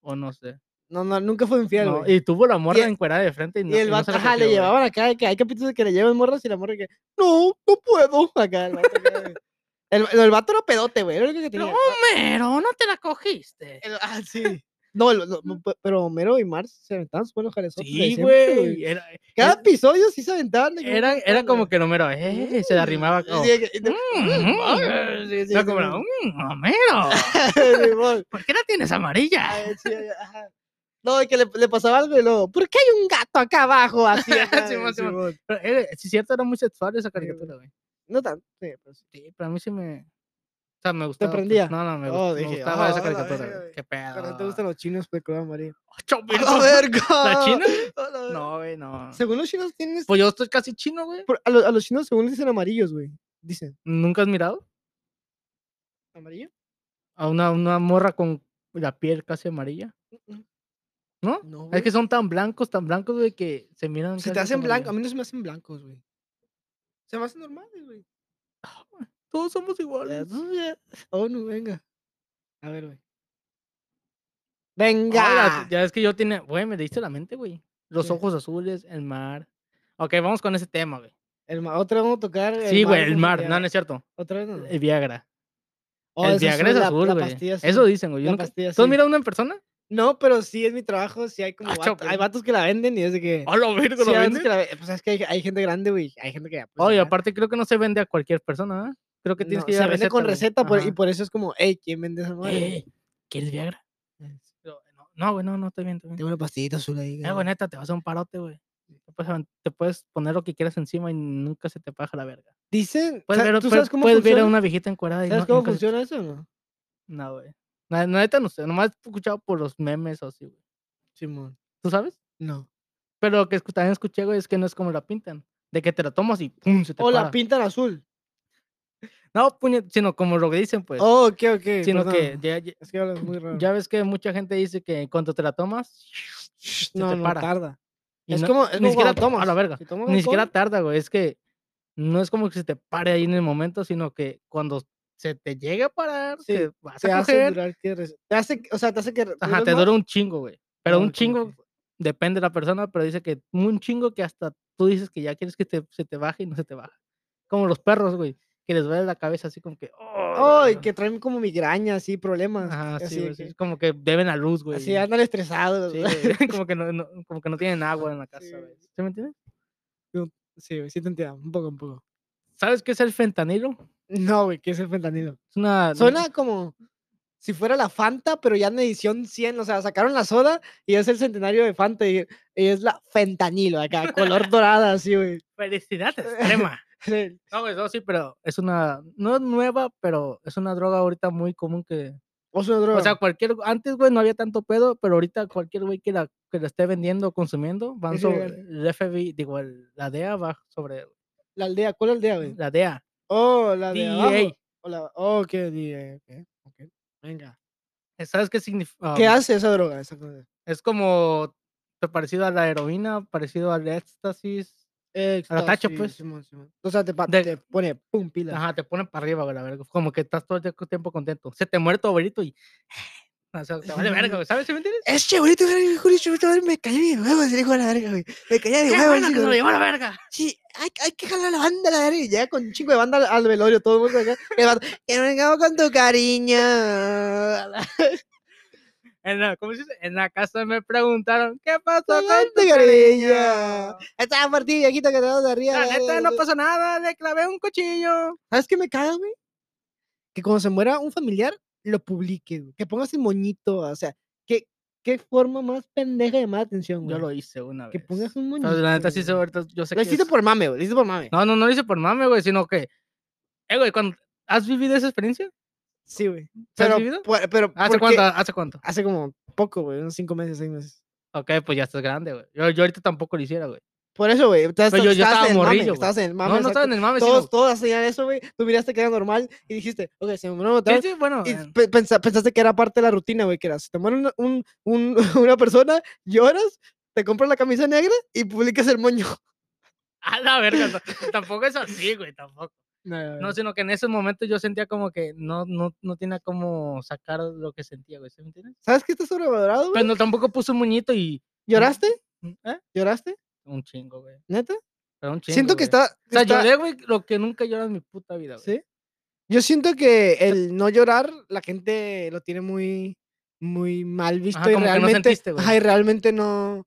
B: O no sé.
A: No, no, nunca fue infiel,
B: No,
A: güey.
B: y tuvo la morra
A: el-
B: encuerada de frente y no.
A: Y el
B: y no
A: vato,
B: se la
A: ajá,
B: cogió,
A: le
B: güey.
A: llevaban acá, de que hay capítulos que le llevan morras y la morra que, no, no puedo. Acá, el vato, acá, güey. el, el vato era pedote, güey, era lo único que tenía. ah,
B: Pero Homero, no te la cogiste.
A: El- ah, sí. No, el- lo- no, pe- pero Homero y Mars se aventaban sus buenos jalezotes. de
B: Sí,
A: siempre,
B: güey. Era,
A: Cada
B: es-
A: episodio sí se aventaban. de que
B: era,
A: unos
B: era
A: buenos
B: como que el Homero, eh, se la arrimaba.
A: jalezotes.
B: Como,
A: Sí, de que- de-
B: "Mm,
A: ah, sí, sí,
B: no,
A: sí,
B: como,
A: sí.
B: "Mm, Homero,
A: Simón.
B: ¿por qué la tienes amarilla?
A: Ay, Ah, sí, ajá. No, de que le, le pasaba algo y luego, ¿por qué hay un gato acá abajo? Así, acá,
B: Simón, Simón.
A: Simón.
B: Pero era- sí, cierto, era muy sexual esa
A: güey.
B: caricatura, güey.
A: No tanto. sí, pero sí.
B: Sí, pero a mí sí me. O sea, me gustaba. pues,
A: prendía?
B: No, no, me,
A: Oh,
B: gust- me
A: dije,
B: gustaba
A: "Ah,
B: esa
A: a la
B: caricatura.
A: verga,
B: güey.
A: güey.
B: Qué
A: Pero
B: pedo.
A: no te gustan los chinos, pues, color amarillo.
B: Ocho mil
A: ¡A la
B: cosas.
A: verga!
B: Ah. ¿La china?
A: A la verga.
B: No, güey, no.
A: Según los chinos tienes...
B: Pues yo estoy casi chino, güey.
A: por- A los, a los chinos según les dicen amarillos, güey. Dicen.
B: ¿Nunca has mirado?
A: ¿Amarillo?
B: A una, una morra con la piel casi amarilla. ¿No?
A: No,
B: Es que son tan blancos, tan blancos, güey, que se miran.
A: Se te
B: casi
A: hacen blancos. A
B: amarillos.
A: mí no se me hacen blancos, güey. Se me hacen normales, güey.
B: Todos somos
A: Ya,
B: iguales.
A: tú ya. Oh, no, venga. A ver, güey.
B: Ahora,
A: ¡Venga!
B: ya es que yo tenía. Güey, me diste la mente, güey. Los
A: ¿Qué?
B: ojos azules, el mar. Ok, vamos con ese tema, güey.
A: El ma- Otra vez vamos a tocar.
B: Sí, güey,
A: es
B: el
A: un
B: mar.
A: Viagra.
B: No, no es cierto.
A: Otra vez no. no.
B: El Viagra.
A: Oh,
B: el
A: esa
B: Viagra es
A: la-
B: azul,
A: la
B: güey.
A: pastilla
B: Eso
A: azul.
B: dicen, güey. yo
A: La
B: nunca-
A: pastilla
B: ¿Tú has
A: azul.
B: mirado a una en persona?
A: No, pero sí es mi trabajo. Sí hay como.
B: Ah,
A: vato-
B: chapel.
A: hay vatos que la venden y es de que.
B: A la verga,
A: sí,
B: ¿lo
A: hay vatos
B: venden?
A: que la ve- Pues es que hay, hay gente grande, güey. Hay gente que. ya, pues,
B: Oye,
A: ya.
B: aparte creo que no se vende a cualquier persona, ¿eh? Creo que tienes
A: No,
B: que
A: Se
B: llevar
A: vende con
B: güey.
A: receta por- y pues,
B: Ajá.
A: por eso es como, hey, ¿quién vende esa madre?
B: Eh, ¿Quieres Viagra? Pero, No, no, güey, no, no, estoy bien, estoy bien.
A: Tengo una pastillita azul ahí.
B: Eh, güey, neta, te vas a un parote, güey. Te puedes, aven- te puedes poner lo que quieras encima y nunca se te paja la verga.
A: Dicen, sa-
B: Puedes, ver,
A: ¿tú
B: puedes-
A: sabes cómo
B: puedes ver
A: funciona?
B: a una viejita encuerada y
A: ¿Sabes
B: no,
A: cómo
B: nunca se-
A: funciona eso o no?
B: No, güey. La la neta no sé, nomás he escuchado por los memes o así, güey.
A: Simón.
B: ¿Tú sabes?
A: No.
B: Pero lo que escu- también escuché, güey, es que no es como la pintan. De que te la tomas y pum, se te
A: O la
B: para.
A: pintan azul.
B: No, puñet, sino como lo que dicen, pues.
A: Oh, ok, ok.
B: sino que
A: perdón. Ah.
B: ya, ya-
A: Es que hablas muy raro.
B: ya ves que mucha gente dice que en cuanto te la tomas,
A: no,
B: te
A: no
B: para.
A: tarda.
B: y
A: es
B: no-
A: como, es
B: ni
A: como
B: siquiera
A: cuando
B: tomas.
A: tomas.
B: A la verga.
A: Si tomas
B: Ni siquiera
A: alcohol,
B: tarda, güey. Es que no es como que se te pare ahí en el momento, sino que cuando se te llega a parar,
A: Sí,
B: te vas
A: te
B: a
A: hace
B: coger.
A: durar que res- te hace, o sea, te hace que re-
B: Ajá,
A: dures
B: te
A: más.
B: dura un chingo, güey. Pero
A: Ah,
B: un
A: ok,
B: chingo,
A: ok.
B: depende de la persona, pero dice que un chingo que hasta tú dices que ya quieres que te- se te baje y no se te baja. Como los perros, güey, que les duele la cabeza así como que. "Oh",
A: Ay, que traen como migraña, así, problemas.
B: Ajá,
A: así,
B: sí,
A: de
B: güey, sí,
A: que-
B: es como que deben a luz, güey.
A: así andan estresados.
B: Sí,
A: güey.
B: güey, como, que no, no- como que no tienen agua en la casa,
A: Sí,
B: güey.
A: güey.
B: ¿Sí me entiendes?
A: Sí, güey, sí te entiendo, un poco, un poco.
B: ¿Sabes qué es el fentanilo?
A: No, güey, que es el fentanilo.
B: Es una.
A: Suena como si fuera la Fanta, pero ya en edición 100. O sea, sacaron la soda y es el centenario de Fanta y, y es la fentanilo acá, color dorada, así, güey.
B: Felicidad extrema.
A: Sí,
B: No, güey, no, sí, pero es una. No es nueva, pero es una droga ahorita muy común que.
A: O es una droga.
B: O sea, cualquier. Antes, güey, no había tanto pedo, pero ahorita cualquier güey que la, que la esté vendiendo o consumiendo, van
A: Es
B: sobre.
A: ilegal.
B: El FBI, digo, el- la DEA va sobre.
A: la aldea, ¿cuál aldea, güey?
B: La DEA.
A: Oh, la de
B: DEA.
A: abajo. O la, oh, qué DEA, ok, ok. Venga.
B: Eh, ¿Sabes qué significa?
A: ¿Qué hace esa droga? esa cosa?
B: Es como. Parecido a la heroína, parecido al éxtasis. tacha,
A: Éxtasis,
B: pues.
A: Simón, Simón. O sea, te, pa-
B: De-
A: te pone pum, pila.
B: Ajá, te ponen para arriba, güey, la verga. Como que estás todo el tiempo- tiempo contento. Se te muere tu abuelito y. O sea, te vale verga, güey. ¿Sabes? ¿Sí me entiendes?
A: Es chéverito, güey, Julio, chéverito, güey, me cayó de huevos, se dijo a la verga, güey. Me cayó de
B: Qué
A: huevos.
B: bueno que
A: dijo,
B: se lo llevó a la verga.
A: Sí, hay, hay que jalar a la banda, la verga. Y llega con un chingo de banda al, al velorio, todo el mundo acá. Y el vato, que vengamos con tu cariño.
B: en la, ¿cómo se dice? En la casa me preguntaron, ¿qué pasó con
A: Adelante,
B: tu
A: cariño.
B: cariño?
A: Esta Martín, viejito que te vas de arriba.
B: La
A: eh,
B: neta, no
A: eh,
B: pasó nada, le clavé un cuchillo.
A: ¿Sabes qué me caga, güey? Que cuando se muera un familiar, lo publique, güey. Que pongas el moñito, o sea, qué, qué forma más pendeja de llamar la atención, güey.
B: Yo lo hice una
A: Que
B: vez.
A: pongas un moñito.
B: No, la neta, sí,
A: güey.
B: se- ahorita yo sé
A: Lo
B: que
A: hiciste
B: es-
A: por mame, güey. Lo hiciste por mame.
B: No, no, no lo hice por mame, güey, sino que... Eh, güey, cuando... ¿Has vivido esa experiencia?
A: Sí, güey.
B: ¿Se has
A: Pero,
B: vivido?
A: por- pero porque-
B: ¿Hace cuánto? ¿Hace cuánto?
A: Hace como poco, güey. Unos cinco meses, seis meses.
B: Ok, pues ya estás grande, güey. Yo, yo ahorita tampoco lo hiciera, güey.
A: Por eso, güey. Estás,
B: Pero yo- yo
A: estabas
B: estaba
A: en el mame,
B: morrillo, güey.
A: Estabas en el mame.
B: No, no
A: exacto.
B: estaba en el mame, sino-
A: Todos, todos hacían eso, güey. Tú miraste que era normal y dijiste, ok, se me murió
B: Sí,
A: tal.
B: sí, bueno.
A: Y
B: eh,
A: pe- pensa- pensaste que era parte de la rutina, güey, que era, si te muere una, un- un- una persona, lloras, te compras la camisa negra y publicas el moño.
B: A la verga, no, tampoco es así, güey, tampoco.
A: No,
B: No, sino que en esos momentos yo sentía como que no, no, no tenía como sacar lo que sentía, güey, ¿sí me entiendes?
A: ¿Sabes qué está sobrevalorado, güey?
B: Pero no, tampoco puse un muñito y...
A: ¿Lloraste?
B: ¿Eh?
A: ¿Lloraste?
B: Un chingo, güey.
A: ¿Neta?
B: Pero un chingo,
A: siento que
B: güey.
A: está...
B: O sea,
A: está-
B: lloré, güey, lo que nunca lloré en mi puta vida, güey.
A: ¿Sí? Yo siento que el no llorar, la gente lo tiene muy, muy mal visto y
B: como que no
A: realmente,
B: sentiste, güey.
A: ajá, y realmente no,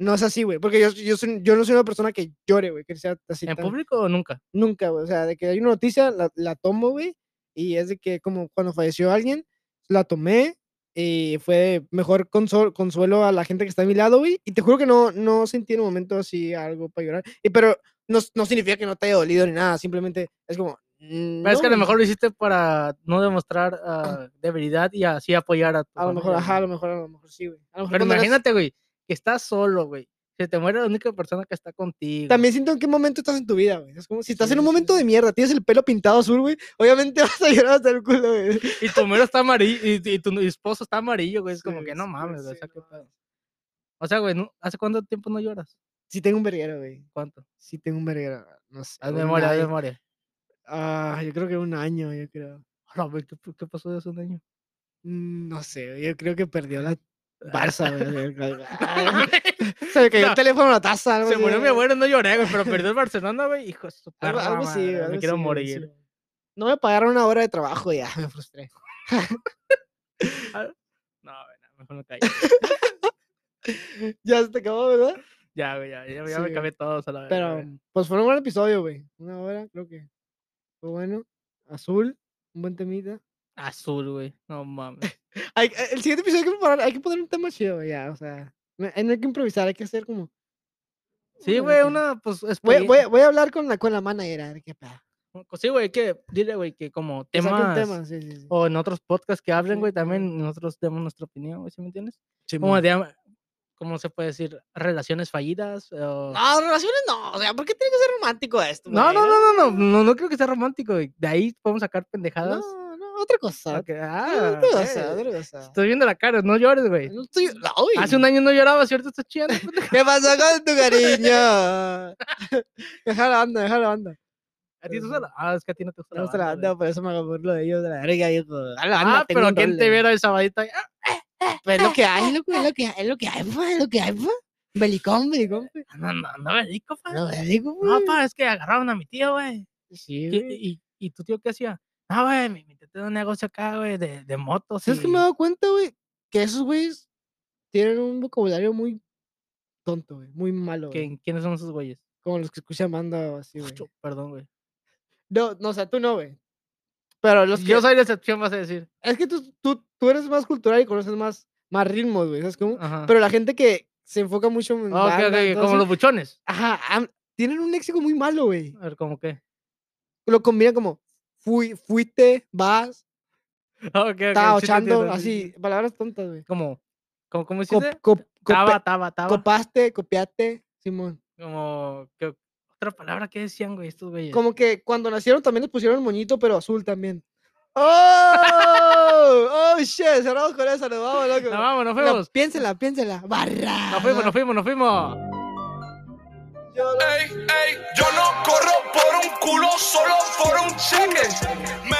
A: no es así, güey. Porque yo, yo, soy- yo no soy una persona que llore, güey, que sea así.
B: ¿En
A: tan-
B: público o nunca?
A: Nunca, güey. O sea, de que hay una noticia, la, la tomo, güey. Y es de que como cuando falleció alguien, la tomé y fue mejor consol- consuelo a la gente que está a mi lado, güey. Y te juro que no, no sentí en un momento así algo para llorar. Y pero no, s- no significa que no te haya dolido ni nada. Simplemente es como... mm,
B: Pero es que a
A: no,
B: lo mejor lo hiciste para no demostrar ah, debilidad y así apoyar a tu
A: A lo mejor,
B: familia,
A: ajá, a
B: güey.
A: lo mejor, a lo mejor sí, güey. A lo mejor
B: Pero
A: cuando eras-
B: imagínate, güey, que estás solo, güey. Se te muere la única persona que está contigo.
A: También siento en qué momento estás en tu vida, güey. Es como si estás en un
B: Sí, sí,
A: momento de mierda, tienes el pelo pintado azul, güey. Obviamente vas a llorar hasta el culo, güey.
B: Y tu mero está amarillo, y, y tu esposo está amarillo, güey. Es Pues, como
A: Sí,
B: que no
A: sí,
B: mames, güey. O
A: sí,
B: sea,
A: no
B: qué
A: mames.
B: pedo. O sea, güey, ¿no? ¿hace cuánto tiempo no lloras?
A: Sí tengo un verguero, güey.
B: ¿Cuánto?
A: Sí tengo un verguero. No sé.
B: Haz
A: un
B: memoria, haz
A: año.
B: memoria.
A: Ah, yo creo que un año, yo creo.
B: Hola, güey, ¿qué, qué pasó de hace un año?
A: Mm, No sé, yo creo que perdió la Barça, güey. algo- algo- Se me cayó el
B: Ah, No,
A: teléfono a la taza, algo
B: Se
A: así,
B: murió mi
A: güey.
B: abuelo, no lloré, güey, pero perdió el Barcelona, güey. Hijo de su
A: Algo,
B: perra
A: algo así,
B: madre,
A: güey, algo
B: Me quiero
A: así, güey, sí,
B: morir.
A: güey. No me pagaron una hora de trabajo ya, me frustré.
B: No, güey, no, mejor no caí.
A: Ya se te acabó, ¿verdad?
B: Ya, güey, ya, ya, ya
A: Sí,
B: me
A: güey.
B: cambié todos a la verga,
A: Pero,
B: güey.
A: pues fue un buen episodio, güey. Una hora, creo que. Fue bueno. Azul, un buen temita.
B: Azul, güey. No mames.
A: Hay- eh, el siguiente episodio hay que preparar, hay que poner un tema chido, güey, ya, o sea. No eh, no hay que improvisar, hay que hacer como.
B: Sí,
A: una
B: güey,
A: rutina.
B: una, pues,
A: Voy, a- voy, a-
B: experiencia.
A: voy a hablar con la, con la manager, a ver qué pedo.
B: Sí, güey, que, dile, güey, que como
A: Que saque un
B: temas...
A: tema, sí, sí, sí.
B: o en otros podcasts que hablen,
A: Sí,
B: güey,
A: claro.
B: también nosotros demos nuestra opinión, güey, ¿sí me entiendes? Como
A: Simón.
B: de, am- ¿cómo se puede decir? Relaciones fallidas. o-
F: No, relaciones no. O sea, ¿por qué tiene que ser romántico esto?
B: No,
F: güey?
B: no, no, no, no, no, no creo que sea romántico, güey. De ahí podemos sacar pendejadas.
A: No, no, otra cosa.
B: Ok,
A: Ah,
B: ah,
A: otra cosa,
B: eh,
A: otra cosa.
B: Estoy viendo la cara, no llores, güey.
A: No estoy- no, güey.
B: Hace un año no lloraba, ¿cierto? Estás chillando. pendejo.
A: ¿Qué pasó con tu cariño? deja la banda, deja la banda.
B: ¿A ti te gusta la- Ah, es que a ti no te gusta
A: Me
B: la
A: gusta la
B: banda,
A: banda,
B: güey.
A: por eso me hago burlo de ellos, de la verga. Yo, como, a la banda,
B: Ah,
A: tengo
B: pero
A: un
B: ¿quién te
A: rol,
B: viera esa Ah, vadita? ahí?
A: Pues es lo que hay, loco, es lo que hay,
F: Es lo que hay, pues, es lo que hay, pues.
A: belicón, belicón. pues.
B: Ah, no, no, no me dedico, pa.
A: No, digo, pues".
B: No, pa, es que agarraron a mi tío, güey.
A: Sí,
B: ¿Qué-
A: güey.
B: ¿Y, y tu tío qué hacía? Ah, güey, me metí en un negocio acá, güey, de, de motos.
A: ¿Sabes qué me he
B: y-
A: dado cuenta, güey? Que esos güeyes tienen un vocabulario muy tonto, güey, muy malo, güey,
B: ¿Quién- ¿Quiénes son esos güeyes? Ah,
A: como los que escucha Amanda o así, güey.
B: Chu, Perdón, güey.
A: No, no, o sea, tú no, güey. Pero los que...
B: Yo soy la excepción, vas a decir.
A: Es que tú, tú, tú eres más cultural y conoces más, más ritmos, güey, ¿sabes cómo?
B: Ajá.
A: Pero la gente que se enfoca mucho en
B: Ah, ok, ok,
A: banda, todo
B: como
A: eso,
B: los buchones.
A: Ajá, am- tienen un léxico muy malo, güey.
B: A ver, ¿cómo qué?
A: Lo combinan como fui, fuiste, vas,
B: Ah, Ok, ok.
A: está
B: sí te entiendo,
A: ochando,
B: sí, sí,
A: así,
B: sí.
A: palabras tontas, güey.
B: Como, como, ¿cómo
A: Cop-
B: hiciste?
A: cop- cope-
B: Taba, taba, taba.
A: copaste, copiaste, Simón.
B: Como, ¿qué otra palabra que decían, güey, estos güeyes?
A: Como que cuando nacieron también les pusieron moñito, pero azul también. ¡Oh! ¡Oh, shit! Cerramos con eso, nos vamos, loco.
B: No, vamos, nos
A: No,
B: fuimos.
A: piénsela, piénsela. ¡Barra!
B: Nos fuimos, nos fuimos, nos fuimos.
G: Ey, ey, yo no corro por un culo, solo por un cheque. Me